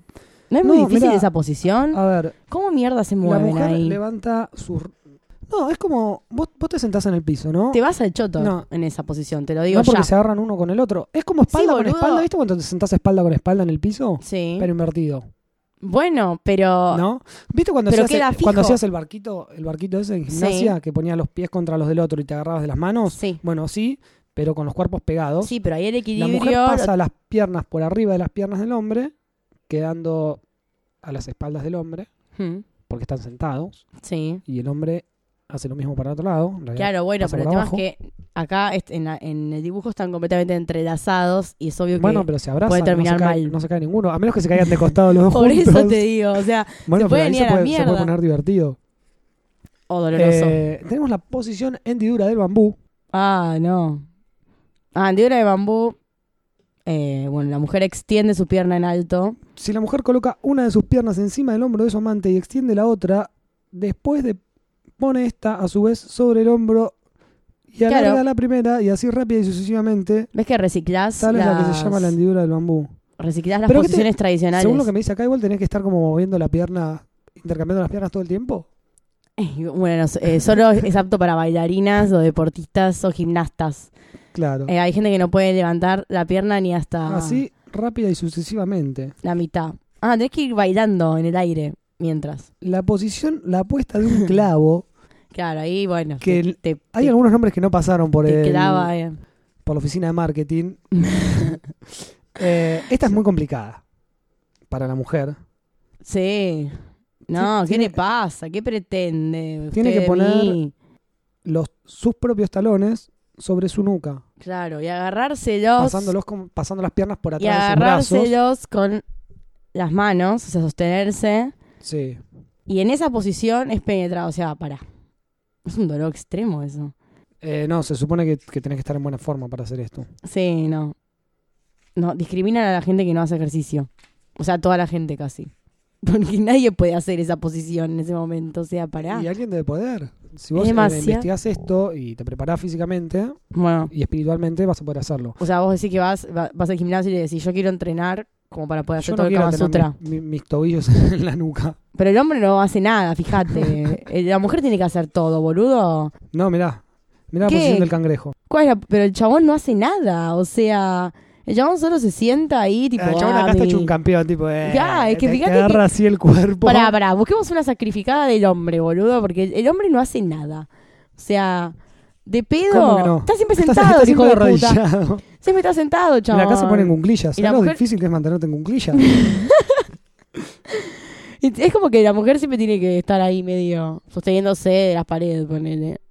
[SPEAKER 2] ¿No es muy
[SPEAKER 1] No,
[SPEAKER 2] difícil
[SPEAKER 1] mirá.
[SPEAKER 2] esa posición?
[SPEAKER 1] A ver,
[SPEAKER 2] ¿Cómo mierda se
[SPEAKER 1] la
[SPEAKER 2] mueven
[SPEAKER 1] mujer
[SPEAKER 2] ahí?
[SPEAKER 1] levanta sus. No, es como. Vos, vos te sentás en el piso, ¿no?
[SPEAKER 2] Te vas al choto
[SPEAKER 1] No.
[SPEAKER 2] en esa posición, te lo digo
[SPEAKER 1] no porque
[SPEAKER 2] ya.
[SPEAKER 1] se agarran uno con el otro. Es como espalda con
[SPEAKER 2] boludo.
[SPEAKER 1] espalda. ¿Viste cuando te sentás espalda con espalda en el piso?
[SPEAKER 2] Sí.
[SPEAKER 1] Pero invertido.
[SPEAKER 2] bueno, pero.
[SPEAKER 1] ¿No? ¿Viste cuando,
[SPEAKER 2] Pero
[SPEAKER 1] hacías,
[SPEAKER 2] queda
[SPEAKER 1] el-
[SPEAKER 2] fijo.
[SPEAKER 1] cuando hacías el barquito, el barquito ese en gimnasia, que ponías los pies contra los del otro y te agarrabas de las manos?
[SPEAKER 2] Sí.
[SPEAKER 1] Bueno, sí, pero con los cuerpos pegados.
[SPEAKER 2] Sí, pero ahí el
[SPEAKER 1] la mujer
[SPEAKER 2] equilibrio.
[SPEAKER 1] pasa las piernas por arriba de las piernas del hombre, quedando a las espaldas del hombre,
[SPEAKER 2] Hmm,
[SPEAKER 1] porque están sentados,
[SPEAKER 2] Sí.
[SPEAKER 1] y el hombre hace lo mismo para el otro lado. en realidad.
[SPEAKER 2] Claro, bueno,
[SPEAKER 1] pasa
[SPEAKER 2] pero el
[SPEAKER 1] por
[SPEAKER 2] tema
[SPEAKER 1] abajo.
[SPEAKER 2] es que acá est- en, la- en el dibujo están completamente entrelazados y es obvio que.
[SPEAKER 1] Bueno, pero se abrazan,
[SPEAKER 2] puede terminar
[SPEAKER 1] no, se cae,
[SPEAKER 2] mal.
[SPEAKER 1] no se cae ninguno, a menos que se caigan de costado los dos
[SPEAKER 2] [LAUGHS] Por
[SPEAKER 1] juntos.
[SPEAKER 2] eso te digo, o sea,
[SPEAKER 1] bueno,
[SPEAKER 2] se
[SPEAKER 1] pero ahí
[SPEAKER 2] pueden ir
[SPEAKER 1] se
[SPEAKER 2] a la
[SPEAKER 1] puede, se puede
[SPEAKER 2] mierda.
[SPEAKER 1] poner divertido.
[SPEAKER 2] o oh, doloroso.
[SPEAKER 1] Eh, tenemos la posición hendidura del bambú.
[SPEAKER 2] Ah, no. Ah, hendidura de bambú. eh, bueno, la mujer extiende su pierna en alto.
[SPEAKER 1] Si la mujer coloca una de sus piernas encima del hombro de su amante y extiende la otra, después de pone esta a su vez sobre el hombro y
[SPEAKER 2] Claro.
[SPEAKER 1] alarga la primera y así rápida y sucesivamente,
[SPEAKER 2] ¿Ves que reciclás
[SPEAKER 1] tal es la que
[SPEAKER 2] las-
[SPEAKER 1] se llama la hendidura del bambú.
[SPEAKER 2] reciclás las
[SPEAKER 1] Pero que te-
[SPEAKER 2] posiciones tradicionales?
[SPEAKER 1] Según lo
[SPEAKER 2] [LAUGHS]
[SPEAKER 1] que me dice acá, igual tenés que estar como moviendo la pierna, intercambiando las piernas todo el tiempo.
[SPEAKER 2] Eh, Bueno, so- eh, solo es apto para bailarinas o deportistas o gimnastas.
[SPEAKER 1] Claro.
[SPEAKER 2] Eh, hay gente que no puede levantar la pierna ni hasta
[SPEAKER 1] Así rápida y sucesivamente.
[SPEAKER 2] la mitad. Ah, tenés que ir bailando en el aire mientras.
[SPEAKER 1] La posición, la apuesta de
[SPEAKER 2] [LAUGHS]
[SPEAKER 1] un clavo,
[SPEAKER 2] Claro, ahí bueno.
[SPEAKER 1] Que
[SPEAKER 2] te-
[SPEAKER 1] el-
[SPEAKER 2] te,
[SPEAKER 1] hay
[SPEAKER 2] te-
[SPEAKER 1] algunos nombres que no pasaron por
[SPEAKER 2] te
[SPEAKER 1] el-
[SPEAKER 2] clava, eh.
[SPEAKER 1] por la oficina de
[SPEAKER 2] [LAUGHS]
[SPEAKER 1] marketing. Eh, esta es muy complicada para la mujer.
[SPEAKER 2] Sí. No, ¿qué
[SPEAKER 1] Tiene-
[SPEAKER 2] le pasa? ¿Qué pretende? usted
[SPEAKER 1] tiene que
[SPEAKER 2] de
[SPEAKER 1] poner-
[SPEAKER 2] mí?
[SPEAKER 1] Los, sus propios talones sobre su nuca,
[SPEAKER 2] Claro, y agarrárselos.
[SPEAKER 1] pasándolos como- pasando las piernas por
[SPEAKER 2] y
[SPEAKER 1] atrás de sus brazos.
[SPEAKER 2] agarrárselos con las manos, o sea, sostenerse.
[SPEAKER 1] Sí.
[SPEAKER 2] Y en esa posición es penetrado, o sea, pará. Es un dolor extremo eso.
[SPEAKER 1] Eh, no, se supone que, que tenés que estar en buena forma para hacer esto.
[SPEAKER 2] Sí, no. No, discriminan a la gente que no hace ejercicio. O sea, toda la gente casi. [LAUGHS] Porque nadie puede hacer esa posición en ese momento, o sea, pará.
[SPEAKER 1] Y alguien debe poder. Si vos
[SPEAKER 2] Es
[SPEAKER 1] eh,
[SPEAKER 2] demasiado.
[SPEAKER 1] investigás esto y te preparás físicamente
[SPEAKER 2] Bueno,
[SPEAKER 1] y espiritualmente, vas a poder hacerlo.
[SPEAKER 2] o sea, vos decís que vas, va- vas al gimnasio y le decís, yo quiero entrenar como para poder hacer
[SPEAKER 1] Yo
[SPEAKER 2] todo
[SPEAKER 1] no
[SPEAKER 2] el
[SPEAKER 1] quiero
[SPEAKER 2] Kama
[SPEAKER 1] tener
[SPEAKER 2] Sutra.
[SPEAKER 1] mis, mi- mis tobillos [LAUGHS] en la nuca.
[SPEAKER 2] Pero el hombre no hace
[SPEAKER 1] [LAUGHS]
[SPEAKER 2] nada, fíjate. Eh, la mujer tiene que hacer todo, boludo.
[SPEAKER 1] No, mirá. Mirá
[SPEAKER 2] ¿Qué?
[SPEAKER 1] la posición del cangrejo.
[SPEAKER 2] ¿Cuál es la- Pero el chabón no hace nada, o sea, el chabón solo se sienta ahí, tipo,
[SPEAKER 1] el chabón
[SPEAKER 2] "Ah,
[SPEAKER 1] acá está
[SPEAKER 2] mi-
[SPEAKER 1] hecho un campeón, tipo, eh,
[SPEAKER 2] Ya, es que
[SPEAKER 1] te- te
[SPEAKER 2] fíjate
[SPEAKER 1] agarra así el cuerpo.
[SPEAKER 2] Pará, pará, busquemos una sacrificada del hombre, boludo, porque el- el hombre no hace nada. O sea, de
[SPEAKER 1] ¿Cómo que
[SPEAKER 2] pedo.
[SPEAKER 1] no?
[SPEAKER 2] Está siempre
[SPEAKER 1] Estás-
[SPEAKER 2] sentado,
[SPEAKER 1] estás
[SPEAKER 2] hijo de
[SPEAKER 1] siempre
[SPEAKER 2] puta.
[SPEAKER 1] arrodillado.
[SPEAKER 2] Siempre está sentado,
[SPEAKER 1] En
[SPEAKER 2] chaval.
[SPEAKER 1] la casa ponen cuclillas.
[SPEAKER 2] Y la
[SPEAKER 1] ¿Sabes lo
[SPEAKER 2] mujer-
[SPEAKER 1] difícil que es mantenerte en
[SPEAKER 2] [LAUGHS]
[SPEAKER 1] cuclillas?
[SPEAKER 2] Es como que la mujer siempre tiene que estar ahí medio sosteniéndose de las paredes, ponele.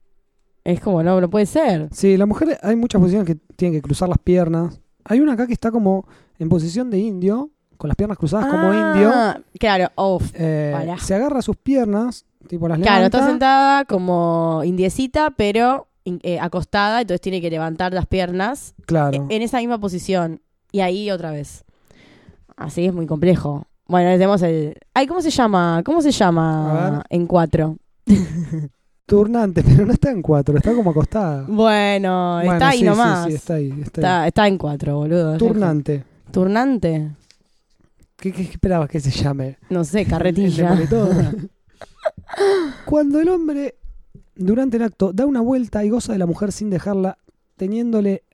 [SPEAKER 2] Es como, no, no puede ser.
[SPEAKER 1] sí, la mujer hay muchas posiciones que tienen que cruzar las piernas. Hay una acá que está como en posición de indio, con las piernas cruzadas como indio.
[SPEAKER 2] Ah, Claro, off.
[SPEAKER 1] Eh,
[SPEAKER 2] pará.
[SPEAKER 1] se agarra sus piernas, tipo las
[SPEAKER 2] Claro,
[SPEAKER 1] levanta.
[SPEAKER 2] está sentada como indiecita, pero in- eh, acostada, entonces tiene que levantar las piernas eh,
[SPEAKER 1] Claro.
[SPEAKER 2] en esa misma posición y ahí otra vez. Así es muy complejo. Bueno, tenemos el. Ay, ¿cómo se llama? ¿Cómo se
[SPEAKER 1] A
[SPEAKER 2] llama
[SPEAKER 1] ver.
[SPEAKER 2] en cuatro?
[SPEAKER 1] Turnante, [LAUGHS] pero no está en cuatro, está como acostada.
[SPEAKER 2] Bueno,
[SPEAKER 1] Bueno,
[SPEAKER 2] está ahí
[SPEAKER 1] sí, sí,
[SPEAKER 2] nomás.
[SPEAKER 1] Sí,
[SPEAKER 2] está,
[SPEAKER 1] está ahí. Está ahí.
[SPEAKER 2] está, en cuatro, boludo.
[SPEAKER 1] Turnante.
[SPEAKER 2] Turnante.
[SPEAKER 1] ¿Qué, qué esperabas que se llame?
[SPEAKER 2] No sé,
[SPEAKER 1] El
[SPEAKER 2] carretilla.
[SPEAKER 1] de
[SPEAKER 2] [LAUGHS]
[SPEAKER 1] moletón. Cuando el hombre, durante el acto, da una vuelta y goza de la mujer sin dejarla, teniéndole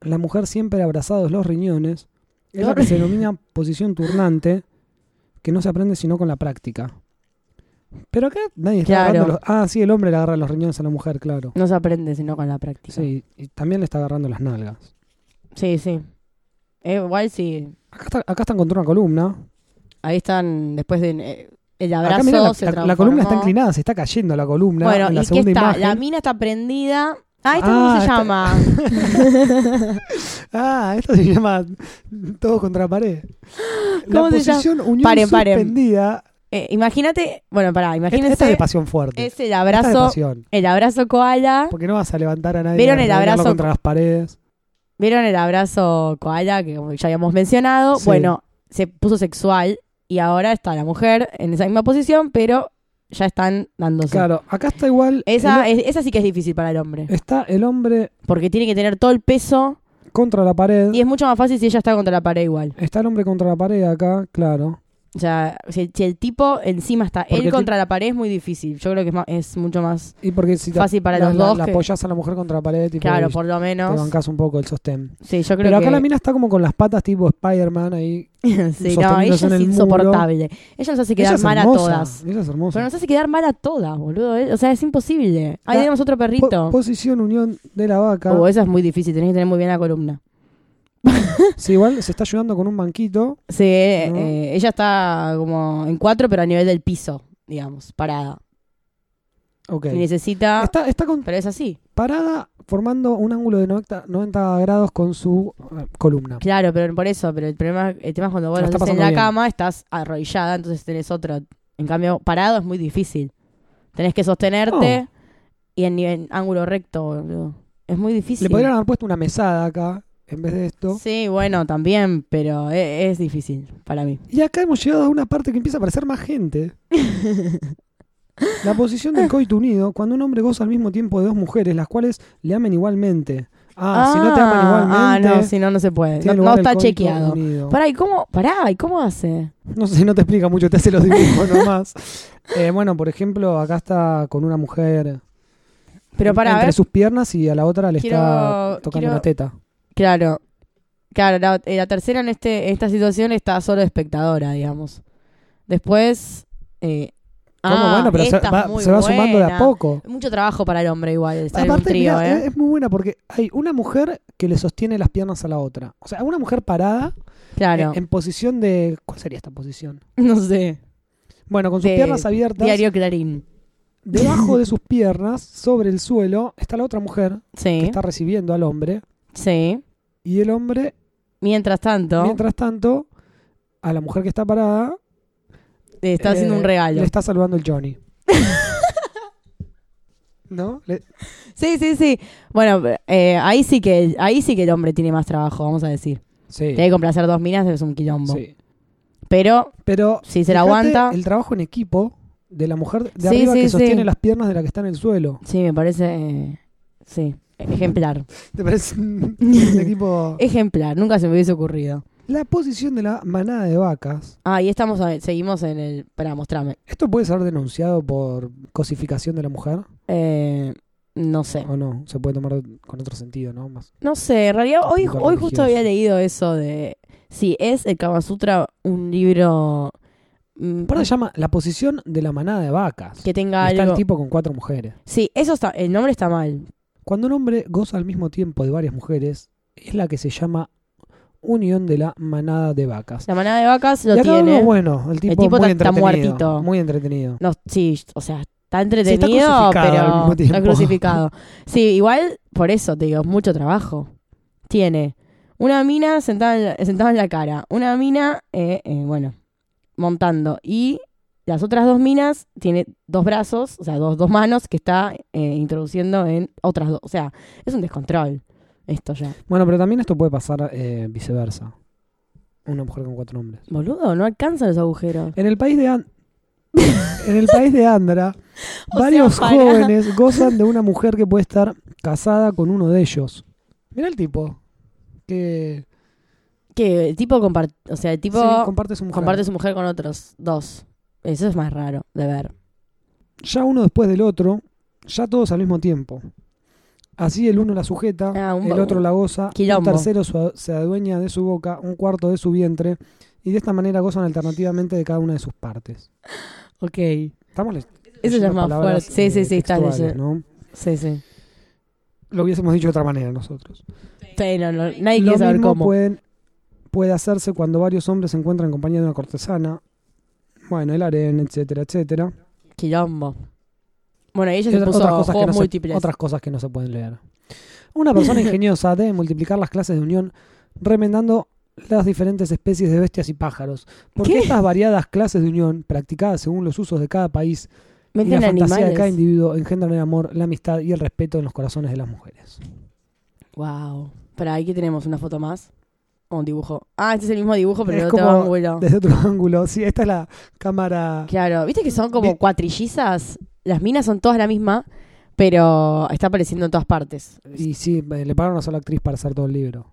[SPEAKER 1] la mujer siempre abrazados los riñones, es lo que
[SPEAKER 2] [LAUGHS]
[SPEAKER 1] se denomina posición turnante, que no se aprende sino con la práctica. Pero acá nadie está
[SPEAKER 2] Claro.
[SPEAKER 1] agarrando los... Ah, sí, el hombre le agarra los riñones a la mujer, claro.
[SPEAKER 2] No se aprende sino con la práctica. Sí,
[SPEAKER 1] Sí, y también le está agarrando las nalgas.
[SPEAKER 2] sí. Eh, igual sí.
[SPEAKER 1] Acá, está- acá están contra una columna.
[SPEAKER 2] Ahí están, después de. eh, el abrazo
[SPEAKER 1] Acá mirá, la,
[SPEAKER 2] se
[SPEAKER 1] la- la columna está
[SPEAKER 2] transformó.
[SPEAKER 1] inclinada, se está cayendo la columna.
[SPEAKER 2] Bueno,
[SPEAKER 1] en la
[SPEAKER 2] ¿y qué
[SPEAKER 1] segunda
[SPEAKER 2] está?
[SPEAKER 1] imagen.
[SPEAKER 2] La mina está prendida. Ah, ¿esta
[SPEAKER 1] Ah,
[SPEAKER 2] cómo se
[SPEAKER 1] esta- [LAUGHS]
[SPEAKER 2] llama?
[SPEAKER 1] Ah, esto se llama Todo contra pared.
[SPEAKER 2] [GASPS] ¿Cómo
[SPEAKER 1] la
[SPEAKER 2] se llama?
[SPEAKER 1] posición unión
[SPEAKER 2] Paren, paren.
[SPEAKER 1] suspendida.
[SPEAKER 2] Eh, imagínate, bueno, pará,
[SPEAKER 1] Esta,
[SPEAKER 2] imagínense.
[SPEAKER 1] esta es de pasión fuerte.
[SPEAKER 2] es
[SPEAKER 1] Esta
[SPEAKER 2] el
[SPEAKER 1] es de
[SPEAKER 2] abrazo,
[SPEAKER 1] pasión.
[SPEAKER 2] el abrazo koala.
[SPEAKER 1] Porque no vas a levantar a nadie.
[SPEAKER 2] ¿Vieron
[SPEAKER 1] a
[SPEAKER 2] el
[SPEAKER 1] revolearlo
[SPEAKER 2] abrazo?
[SPEAKER 1] contra las paredes?
[SPEAKER 2] ¿Vieron el abrazo koala que como ya habíamos mencionado?
[SPEAKER 1] Sí.
[SPEAKER 2] Bueno, se puso sexual y ahora está la mujer en esa misma posición, pero ya están dándose.
[SPEAKER 1] Claro, acá está igual.
[SPEAKER 2] Esa,
[SPEAKER 1] el-
[SPEAKER 2] es- esa sí que es difícil para el hombre.
[SPEAKER 1] Está el hombre
[SPEAKER 2] Porque tiene que tener todo el peso
[SPEAKER 1] contra la pared.
[SPEAKER 2] y es mucho más fácil si ella está contra la pared igual.
[SPEAKER 1] Está el hombre contra la pared acá, claro.
[SPEAKER 2] O sea, si, si el tipo encima está
[SPEAKER 1] Porque
[SPEAKER 2] él
[SPEAKER 1] el
[SPEAKER 2] contra la pared es muy difícil. Yo creo que es, ma- es mucho más
[SPEAKER 1] Y porque si te-
[SPEAKER 2] fácil para
[SPEAKER 1] la,
[SPEAKER 2] los
[SPEAKER 1] la-
[SPEAKER 2] dos.
[SPEAKER 1] la
[SPEAKER 2] que-
[SPEAKER 1] apoyás a la mujer contra la pared, tipo,
[SPEAKER 2] claro,
[SPEAKER 1] y
[SPEAKER 2] por lo
[SPEAKER 1] te
[SPEAKER 2] menos.
[SPEAKER 1] bancás un poco el sostén.
[SPEAKER 2] Sí, yo creo
[SPEAKER 1] Pero acá
[SPEAKER 2] que...
[SPEAKER 1] la mina está como con las patas tipo Spider-Man ahí.
[SPEAKER 2] sí, no,
[SPEAKER 1] sosteniéndose
[SPEAKER 2] ella es
[SPEAKER 1] en el muro.
[SPEAKER 2] insoportable. Ella nos hace
[SPEAKER 1] Ella
[SPEAKER 2] quedar
[SPEAKER 1] es
[SPEAKER 2] mal a
[SPEAKER 1] hermosa,
[SPEAKER 2] todas.
[SPEAKER 1] Ella es hermosa.
[SPEAKER 2] Pero nos hace quedar mal a todas, boludo. eh. O sea, es imposible. Ahí
[SPEAKER 1] La-
[SPEAKER 2] tenemos otro
[SPEAKER 1] Po-
[SPEAKER 2] perrito.
[SPEAKER 1] posición unión de la vaca.
[SPEAKER 2] Oh, esa es muy difícil, tenés que tener muy bien la columna.
[SPEAKER 1] Sí, igual se está ayudando con un banquito.
[SPEAKER 2] Sí, eh,
[SPEAKER 1] ¿No?
[SPEAKER 2] eh, ella está como en cuatro, pero a nivel del piso, digamos, parada.
[SPEAKER 1] Ok.
[SPEAKER 2] Y necesita...
[SPEAKER 1] Está, está con-
[SPEAKER 2] Pero es así.
[SPEAKER 1] parada formando un ángulo de 90, 90 grados con su eh, columna.
[SPEAKER 2] Claro, pero por eso, pero el problema, el tema es cuando vos
[SPEAKER 1] La
[SPEAKER 2] lo
[SPEAKER 1] está
[SPEAKER 2] haces en
[SPEAKER 1] pasando
[SPEAKER 2] la
[SPEAKER 1] bien.
[SPEAKER 2] cama, estás arrodillada, entonces tenés otro. En cambio, parado es muy difícil. Tenés que sostenerte y en, nivel- ángulo recto, boludo. Es muy difícil.
[SPEAKER 1] Le podrían haber puesto una mesada acá en vez de esto.
[SPEAKER 2] Sí, bueno, también, pero e- es, difícil para mí.
[SPEAKER 1] Y acá hemos llegado a una parte que empieza a aparecer más gente.
[SPEAKER 2] [LAUGHS]
[SPEAKER 1] La posición del coito unido, cuando un hombre goza al mismo tiempo de dos mujeres, las cuales le amen igualmente. Ah, si no te aman
[SPEAKER 2] Ah,
[SPEAKER 1] igualmente.
[SPEAKER 2] no, si no, no se puede. No,
[SPEAKER 1] tiene
[SPEAKER 2] no
[SPEAKER 1] lugar el
[SPEAKER 2] está
[SPEAKER 1] coito
[SPEAKER 2] chequeado.
[SPEAKER 1] unido.
[SPEAKER 2] Pará, ¿y cómo? Pará, ¿y cómo hace?
[SPEAKER 1] No sé, no te explica mucho, te hace los dibujos [LAUGHS] nomás. Eh, bueno, por ejemplo, acá está con una mujer
[SPEAKER 2] Pero
[SPEAKER 1] en-
[SPEAKER 2] para
[SPEAKER 1] entre
[SPEAKER 2] ver.
[SPEAKER 1] sus piernas y a la otra le está
[SPEAKER 2] Quiero-
[SPEAKER 1] tocando
[SPEAKER 2] quiero-
[SPEAKER 1] la teta.
[SPEAKER 2] Claro. Claro, la, eh, la tercera en este, esta situación está solo de espectadora, digamos. Después. Eh,
[SPEAKER 1] ¿Cómo?
[SPEAKER 2] ah,
[SPEAKER 1] bueno, pero se
[SPEAKER 2] esta es
[SPEAKER 1] va,
[SPEAKER 2] muy
[SPEAKER 1] se va sumando de a
[SPEAKER 2] buena.
[SPEAKER 1] poco.
[SPEAKER 2] Mucho trabajo para el hombre, igual, estar en un
[SPEAKER 1] Aparte,
[SPEAKER 2] trío,
[SPEAKER 1] mirá,
[SPEAKER 2] ¿eh?
[SPEAKER 1] es muy buena porque hay una mujer que le sostiene las piernas a la otra. O sea, una mujer parada
[SPEAKER 2] Claro. [LAUGHS]
[SPEAKER 1] en, en posición de... ¿Cuál sería esta posición?
[SPEAKER 2] no sé.
[SPEAKER 1] Bueno, con sus
[SPEAKER 2] De-
[SPEAKER 1] piernas abiertas,
[SPEAKER 2] Diario Clarín.
[SPEAKER 1] debajo
[SPEAKER 2] [LAUGHS]
[SPEAKER 1] de sus piernas, sobre el suelo, está la otra mujer que
[SPEAKER 2] Sí.
[SPEAKER 1] está recibiendo al hombre.
[SPEAKER 2] Sí.
[SPEAKER 1] Y el hombre
[SPEAKER 2] Mientras tanto,
[SPEAKER 1] Mientras tanto, a la mujer que está parada.
[SPEAKER 2] le está haciendo
[SPEAKER 1] eh,
[SPEAKER 2] un regalo.
[SPEAKER 1] Le está salvando el Johnny. [LAUGHS] ¿No? Le-
[SPEAKER 2] Sí, sí, sí. Bueno, eh, ahí sí que ahí sí que el hombre tiene más trabajo, vamos a decir.
[SPEAKER 1] sí.
[SPEAKER 2] Tiene que complacer dos minas es un quilombo.
[SPEAKER 1] sí.
[SPEAKER 2] Pero
[SPEAKER 1] Pero.
[SPEAKER 2] si se la
[SPEAKER 1] fíjate
[SPEAKER 2] aguanta,
[SPEAKER 1] El trabajo en equipo de la mujer de
[SPEAKER 2] Sí,
[SPEAKER 1] arriba
[SPEAKER 2] sí,
[SPEAKER 1] que sostiene
[SPEAKER 2] sí.
[SPEAKER 1] las piernas de la que está en el suelo.
[SPEAKER 2] sí me parece eh, sí, ejemplar.
[SPEAKER 1] [LAUGHS] ¿Te parece un
[SPEAKER 2] [LAUGHS]
[SPEAKER 1] un equipo.?
[SPEAKER 2] Ejemplar, nunca se me hubiese ocurrido.
[SPEAKER 1] La posición de la manada de vacas.
[SPEAKER 2] Ah, y estamos a- seguimos en el para mostrarme.
[SPEAKER 1] ¿Esto puede ser denunciado por cosificación de la mujer?
[SPEAKER 2] Eh, no sé.
[SPEAKER 1] ¿O no? Se puede tomar con otro sentido, ¿no? Más.
[SPEAKER 2] No sé, en realidad hoy
[SPEAKER 1] Punto
[SPEAKER 2] hoy
[SPEAKER 1] religioso.
[SPEAKER 2] justo había leído eso de si es el Kama Sutra un libro mm,
[SPEAKER 1] Aparte se llama la posición de la manada de vacas.
[SPEAKER 2] que tenga
[SPEAKER 1] Está el
[SPEAKER 2] algo.
[SPEAKER 1] tipo con cuatro mujeres.
[SPEAKER 2] Sí, eso está el nombre está mal.
[SPEAKER 1] Cuando un hombre goza al mismo tiempo de varias mujeres, es la que se llama unión de la manada de vacas.
[SPEAKER 2] La manada de vacas lo
[SPEAKER 1] y acá vemos,
[SPEAKER 2] tiene.
[SPEAKER 1] bueno, el tipo,
[SPEAKER 2] tipo
[SPEAKER 1] muy
[SPEAKER 2] está- está
[SPEAKER 1] entretenido.
[SPEAKER 2] muertito.
[SPEAKER 1] Muy entretenido.
[SPEAKER 2] No, sí, o sea, está
[SPEAKER 1] Sí, está
[SPEAKER 2] entretenido,
[SPEAKER 1] crucificado al mismo
[SPEAKER 2] pero
[SPEAKER 1] tiempo.
[SPEAKER 2] está crucificado. Sí, igual, por eso te digo, es mucho trabajo. Tiene una mina sentada en la, sentada en la cara, una mina, eh, eh, bueno, montando. Y las otras dos minas tiene dos brazos, o sea, dos, dos manos que está eh, introduciendo en otras dos. O sea, es un descontrol esto ya.
[SPEAKER 1] Bueno, pero también esto puede pasar eh, viceversa. Una mujer con cuatro hombres.
[SPEAKER 2] Boludo, no alcanza los agujeros.
[SPEAKER 1] En el país de
[SPEAKER 2] [LAUGHS]
[SPEAKER 1] An- en el país de Andra,
[SPEAKER 2] O
[SPEAKER 1] varios
[SPEAKER 2] sea, para.
[SPEAKER 1] jóvenes gozan de una mujer que puede estar casada con uno de ellos. Mira el tipo que
[SPEAKER 2] Que el tipo comparte, o sea, el tipo
[SPEAKER 1] sí, comparte su mujer.
[SPEAKER 2] comparte su mujer con otros dos. Eso es más raro de ver.
[SPEAKER 1] ya uno después del otro, ya todos al mismo tiempo. Así el uno la sujeta,
[SPEAKER 2] Ah, un
[SPEAKER 1] el
[SPEAKER 2] bo-
[SPEAKER 1] otro la goza,
[SPEAKER 2] quilombo.
[SPEAKER 1] un tercero su- se adueña de su boca, un cuarto de su vientre, y de esta manera gozan alternativamente de cada una de sus partes.
[SPEAKER 2] Ok.
[SPEAKER 1] Estamos le-
[SPEAKER 2] Eso ya
[SPEAKER 1] leyendo
[SPEAKER 2] es más fuerte.
[SPEAKER 1] palabras,
[SPEAKER 2] Sí,
[SPEAKER 1] eh,
[SPEAKER 2] sí, sí, estás
[SPEAKER 1] textuales,
[SPEAKER 2] leyendo.
[SPEAKER 1] ¿no?
[SPEAKER 2] Sí, sí.
[SPEAKER 1] Lo hubiésemos dicho de otra manera nosotros.
[SPEAKER 2] Sí, no, no, nadie
[SPEAKER 1] Lo
[SPEAKER 2] quiere saber
[SPEAKER 1] mismo
[SPEAKER 2] cómo.
[SPEAKER 1] pueden- puede hacerse cuando varios hombres se encuentran en compañía de una cortesana. Bueno, el harén, etcétera, etcétera.
[SPEAKER 2] Quilombo. Bueno, y ella se
[SPEAKER 1] Otra-
[SPEAKER 2] puso
[SPEAKER 1] otras cosas que
[SPEAKER 2] juegos
[SPEAKER 1] no se-
[SPEAKER 2] múltiples.
[SPEAKER 1] otras cosas que no se pueden leer. Una
[SPEAKER 2] [LAUGHS]
[SPEAKER 1] persona ingeniosa debe multiplicar las clases de unión remendando las diferentes especies de bestias y pájaros. Porque
[SPEAKER 2] ¿Qué?
[SPEAKER 1] estas variadas clases de unión, practicadas según los usos de cada país y la
[SPEAKER 2] Meten
[SPEAKER 1] fantasía de cada
[SPEAKER 2] animales.
[SPEAKER 1] individuo, engendran el amor, la amistad y el respeto en los corazones de las mujeres.
[SPEAKER 2] Wow. Para aquí tenemos una foto más. o un dibujo. Ah, este es el mismo dibujo, pero
[SPEAKER 1] Es
[SPEAKER 2] de otro
[SPEAKER 1] como
[SPEAKER 2] ángulo.
[SPEAKER 1] Desde otro [LAUGHS] ángulo. Sí, esta es la cámara.
[SPEAKER 2] Claro, viste que son como
[SPEAKER 1] Vi-
[SPEAKER 2] cuatrillizas. Las minas son todas la misma, pero está apareciendo en todas partes.
[SPEAKER 1] Y sí, eh, le pagaron a una sola actriz para hacer todo el libro.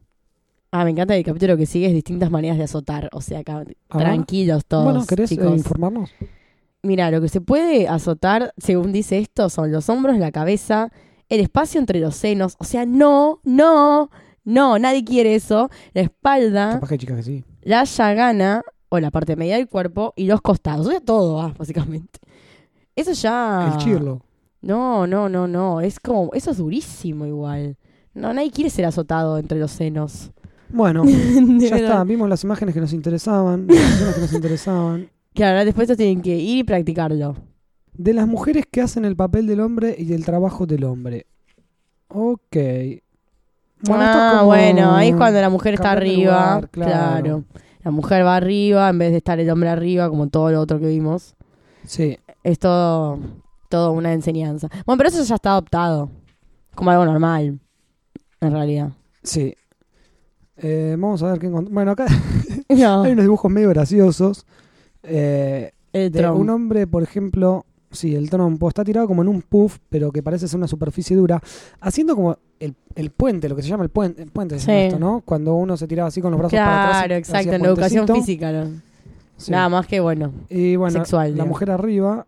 [SPEAKER 2] Ah, me encanta que el capítulo que sigue es distintas maneras de azotar. O sea, acá,
[SPEAKER 1] Ah,
[SPEAKER 2] tranquilos todos.
[SPEAKER 1] bueno, ¿querés eh,
[SPEAKER 2] chicos.
[SPEAKER 1] informarnos?
[SPEAKER 2] Mira, lo que se puede azotar, según dice esto, son los hombros, la cabeza, el espacio entre los senos. O sea, no, no, no, nadie quiere eso. La espalda,
[SPEAKER 1] Capaz que hay chicas que sí.
[SPEAKER 2] la llagana o la parte media del cuerpo y los costados. O sea, todo va, básicamente. Eso ya.
[SPEAKER 1] El chirlo.
[SPEAKER 2] No, no, no, no. Es como. Eso es durísimo igual. No, nadie quiere ser azotado entre los senos. [LAUGHS]
[SPEAKER 1] Bueno,
[SPEAKER 2] De
[SPEAKER 1] [LAUGHS] ya está.
[SPEAKER 2] verdad.
[SPEAKER 1] Vimos las imágenes que nos interesaban, las personas que nos interesaban.
[SPEAKER 2] Claro, ahora después ellos tienen que ir y practicarlo.
[SPEAKER 1] De las mujeres que hacen el papel del hombre y del trabajo del hombre. Ok. esto es
[SPEAKER 2] ah,
[SPEAKER 1] como-
[SPEAKER 2] bueno, ahí es cuando la mujer está
[SPEAKER 1] cambiar de
[SPEAKER 2] arriba.
[SPEAKER 1] lugar,
[SPEAKER 2] claro.
[SPEAKER 1] claro.
[SPEAKER 2] La mujer va arriba en vez de estar el hombre arriba, como todo lo otro que vimos.
[SPEAKER 1] Sí,
[SPEAKER 2] Es todo, todo una enseñanza. Bueno, pero eso ya está adoptado. Como algo normal.
[SPEAKER 1] [LAUGHS]
[SPEAKER 2] En realidad.
[SPEAKER 1] sí. Eh, vamos a ver qué encontramos. Bueno, acá
[SPEAKER 2] No,
[SPEAKER 1] hay unos dibujos medio graciosos. Eh,
[SPEAKER 2] el
[SPEAKER 1] de
[SPEAKER 2] tronco.
[SPEAKER 1] un hombre, por ejemplo, sí, el trompo, está tirado como en un puff, pero que parece ser una superficie dura, haciendo como el, el puente, lo que se llama el puente, el puente se llama
[SPEAKER 2] Sí.
[SPEAKER 1] esto, ¿no? Cuando uno se tiraba así con los brazos para atrás.
[SPEAKER 2] Claro,
[SPEAKER 1] hacía
[SPEAKER 2] exacto. En la educación
[SPEAKER 1] puentecito.
[SPEAKER 2] física. ¿no?
[SPEAKER 1] Sí.
[SPEAKER 2] Nada más que bueno.
[SPEAKER 1] Y bueno,
[SPEAKER 2] sexual,
[SPEAKER 1] la
[SPEAKER 2] digamos.
[SPEAKER 1] mujer arriba,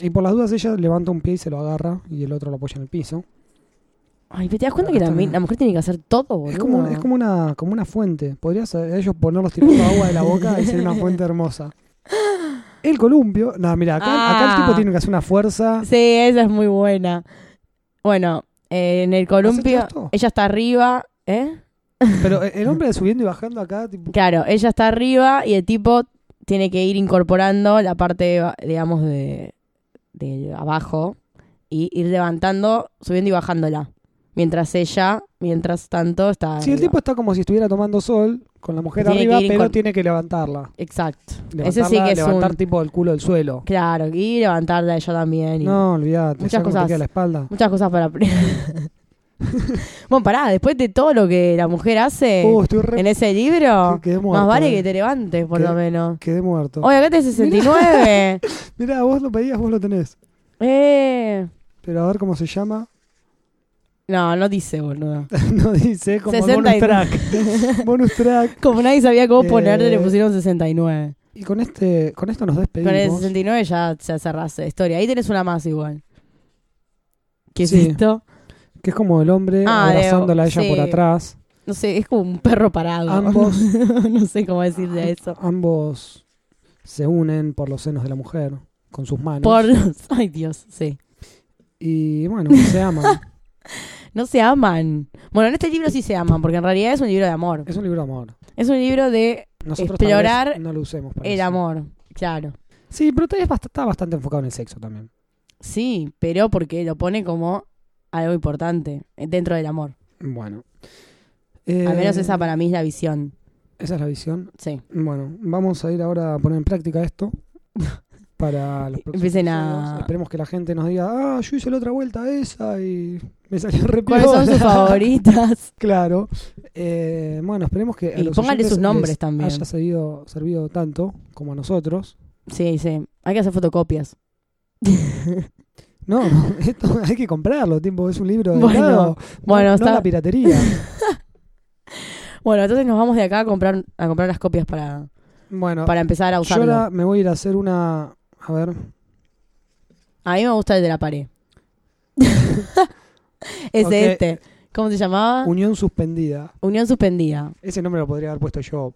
[SPEAKER 1] y por las dudas ella levanta un pie y se lo agarra, y el otro lo apoya en el piso.
[SPEAKER 2] Ay, pero te das cuenta que también la mujer tiene que hacer todo, boludo.
[SPEAKER 1] Ah, Es como, es como una como una fuente. Podrías a ellos ponerlos tirando agua de la boca y ser una fuente
[SPEAKER 2] [LAUGHS]
[SPEAKER 1] hermosa. El columpio. No, mira, acá, acá el
[SPEAKER 2] Ah.
[SPEAKER 1] tipo tiene que hacer una fuerza.
[SPEAKER 2] Sí, esa es muy buena. Bueno, eh, en el columpio,
[SPEAKER 1] ¿Has hecho esto?
[SPEAKER 2] ella está arriba, ¿eh?
[SPEAKER 1] Pero el hombre subiendo y bajando acá, tipo,
[SPEAKER 2] Claro, ella está arriba y el tipo tiene que ir incorporando la parte, digamos, de, de abajo y ir levantando, subiendo y bajándola. Mientras ella, mientras tanto, está.
[SPEAKER 1] Sí, el
[SPEAKER 2] arriba.
[SPEAKER 1] tipo está como si estuviera tomando sol con la mujer
[SPEAKER 2] Tiene que
[SPEAKER 1] arriba,
[SPEAKER 2] ir
[SPEAKER 1] pero
[SPEAKER 2] con-
[SPEAKER 1] tiene que levantarla.
[SPEAKER 2] Exacto. Ese
[SPEAKER 1] Levantarla,
[SPEAKER 2] sí que es
[SPEAKER 1] levantar
[SPEAKER 2] un.
[SPEAKER 1] tipo el culo del suelo.
[SPEAKER 2] Claro, y levantarla ella también. y-
[SPEAKER 1] No, olvídate.
[SPEAKER 2] Muchas
[SPEAKER 1] ya como te
[SPEAKER 2] cosas.
[SPEAKER 1] queda la espalda.
[SPEAKER 2] Muchas cosas para. apre- [LAUGHS] bueno, pará, después de todo lo que la mujer hace
[SPEAKER 1] Uh, estoy re...
[SPEAKER 2] Eh, en ese libro,
[SPEAKER 1] [LAUGHS] Quedé muerto.
[SPEAKER 2] más vale
[SPEAKER 1] eh.
[SPEAKER 2] que te levantes, por
[SPEAKER 1] Quedé-
[SPEAKER 2] lo menos.
[SPEAKER 1] Quedé muerto.
[SPEAKER 2] Oye, acá
[SPEAKER 1] [LAUGHS]
[SPEAKER 2] te 69.
[SPEAKER 1] Mirá, vos lo pedías, vos lo tenés.
[SPEAKER 2] eh.
[SPEAKER 1] Pero a ver cómo se llama. [LAUGHS]
[SPEAKER 2] No, no dice, boludo.
[SPEAKER 1] no dice, como
[SPEAKER 2] 60
[SPEAKER 1] bonus
[SPEAKER 2] y- [LAUGHS]
[SPEAKER 1] track. bonus track.
[SPEAKER 2] Como nadie sabía cómo
[SPEAKER 1] Eh.
[SPEAKER 2] ponerle, le pusieron 69.
[SPEAKER 1] Y con este con esto nos despedimos.
[SPEAKER 2] Con el 69 ya se cerraste la historia. Ahí tenés una más igual. ¿Qué es
[SPEAKER 1] Sí.
[SPEAKER 2] esto?
[SPEAKER 1] Que es como el hombre
[SPEAKER 2] Ah, de-
[SPEAKER 1] abrazándola a ella
[SPEAKER 2] sí.
[SPEAKER 1] por atrás.
[SPEAKER 2] No sé, es como un perro parado.
[SPEAKER 1] Ambos,
[SPEAKER 2] [LAUGHS] no sé cómo decirle eso.
[SPEAKER 1] ambos se unen por los senos de la mujer con sus manos.
[SPEAKER 2] Por [LAUGHS] Ay, Dios, sí.
[SPEAKER 1] Y bueno, se
[SPEAKER 2] [LAUGHS]
[SPEAKER 1] aman.
[SPEAKER 2] No se aman. Bueno, en este libro sí se aman, porque en realidad es un libro de amor.
[SPEAKER 1] es un libro de amor.
[SPEAKER 2] Es un libro de
[SPEAKER 1] Nosotros
[SPEAKER 2] Explorar
[SPEAKER 1] tal vez no lo usemos para
[SPEAKER 2] el
[SPEAKER 1] eso.
[SPEAKER 2] amor. Claro.
[SPEAKER 1] Sí, pero tal vez bast- está bastante enfocado en el sexo también.
[SPEAKER 2] Sí, pero porque lo pone como algo importante eh, dentro del amor.
[SPEAKER 1] Bueno. Eh,
[SPEAKER 2] Al menos esa para mí es la visión.
[SPEAKER 1] esa es la visión. [LAUGHS]
[SPEAKER 2] Sí.
[SPEAKER 1] Bueno, vamos a ir ahora a poner en práctica
[SPEAKER 2] [LAUGHS]
[SPEAKER 1] esto. Para los próximos
[SPEAKER 2] Empiecen
[SPEAKER 1] episodios.
[SPEAKER 2] a-
[SPEAKER 1] Esperemos que la gente nos diga, ah, yo hice la otra vuelta a esa y me salió re
[SPEAKER 2] ¿Cuáles
[SPEAKER 1] [LAUGHS]
[SPEAKER 2] son sus
[SPEAKER 1] piola".
[SPEAKER 2] favoritas?
[SPEAKER 1] Claro. Eh, bueno, esperemos que a
[SPEAKER 2] Y
[SPEAKER 1] los
[SPEAKER 2] pónganle
[SPEAKER 1] oyentes
[SPEAKER 2] sus nombres
[SPEAKER 1] les
[SPEAKER 2] también.
[SPEAKER 1] haya servido, servido tanto como a nosotros.
[SPEAKER 2] Sí, sí. Hay que hacer fotocopias.
[SPEAKER 1] No, [LAUGHS] no, esto hay que comprarlo, tipo, es un libro de
[SPEAKER 2] Bueno, bueno,
[SPEAKER 1] no,
[SPEAKER 2] está-
[SPEAKER 1] no la
[SPEAKER 2] [LAUGHS]
[SPEAKER 1] piratería.
[SPEAKER 2] Bueno, entonces nos vamos de acá a comprar, a comprar las copias para,
[SPEAKER 1] Bueno,
[SPEAKER 2] para empezar a
[SPEAKER 1] Ah, yo
[SPEAKER 2] usarlo.
[SPEAKER 1] ahora me voy a ir a hacer una. A ver,
[SPEAKER 2] A mí me gusta el de
[SPEAKER 1] [LAUGHS]
[SPEAKER 2] la pared. es
[SPEAKER 1] Ok.
[SPEAKER 2] este. ¿Cómo se llamaba?
[SPEAKER 1] unión suspendida.
[SPEAKER 2] Unión suspendida.
[SPEAKER 1] Ese nombre lo podría haber puesto
[SPEAKER 2] [LAUGHS]
[SPEAKER 1] yo.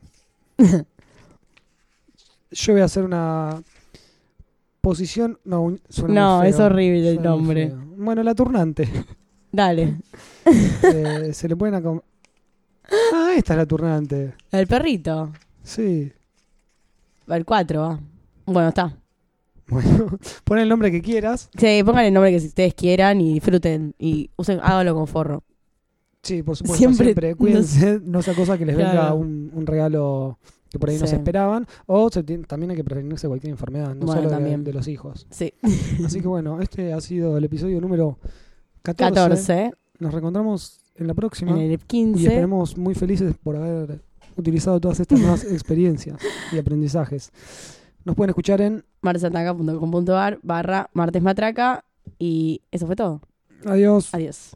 [SPEAKER 1] Yo voy a hacer una. Posición. No, un- suena muy
[SPEAKER 2] No,
[SPEAKER 1] feo,
[SPEAKER 2] es horrible el
[SPEAKER 1] suena muy
[SPEAKER 2] nombre.
[SPEAKER 1] feo. Bueno, la turnante.
[SPEAKER 2] [LAUGHS] Dale.
[SPEAKER 1] Eh, se le pueden. acom- Ah, esta es la turnante.
[SPEAKER 2] El perrito.
[SPEAKER 1] Sí.
[SPEAKER 2] El 4, va. Bueno, está.
[SPEAKER 1] Bueno, pon el nombre que quieras.
[SPEAKER 2] Sí, pónganle el nombre que ustedes quieran y disfruten. Y usen, háganlo con forro.
[SPEAKER 1] Sí, por supuesto,
[SPEAKER 2] Siempre-
[SPEAKER 1] siempre. Cuídense, no sea cosa que les venga
[SPEAKER 2] Claro.
[SPEAKER 1] un, un regalo que por ahí no
[SPEAKER 2] Sí.
[SPEAKER 1] se esperaban. O se tien- también hay que prevenirse cualquier enfermedad, no
[SPEAKER 2] Bueno,
[SPEAKER 1] solo de-
[SPEAKER 2] también.
[SPEAKER 1] de los
[SPEAKER 2] [LAUGHS]
[SPEAKER 1] hijos. [LAUGHS]
[SPEAKER 2] Sí.
[SPEAKER 1] Así que bueno, este ha sido el episodio número 14.
[SPEAKER 2] 14.
[SPEAKER 1] Nos reencontramos en la próxima.
[SPEAKER 2] En el
[SPEAKER 1] Y
[SPEAKER 2] 15.
[SPEAKER 1] esperemos muy felices por haber utilizado todas estas
[SPEAKER 2] [LAUGHS]
[SPEAKER 1] nuevas experiencias y aprendizajes. Nos pueden escuchar en
[SPEAKER 2] marsataca.com.ar barra martes matraca y eso fue todo.
[SPEAKER 1] Adiós.
[SPEAKER 2] Adiós.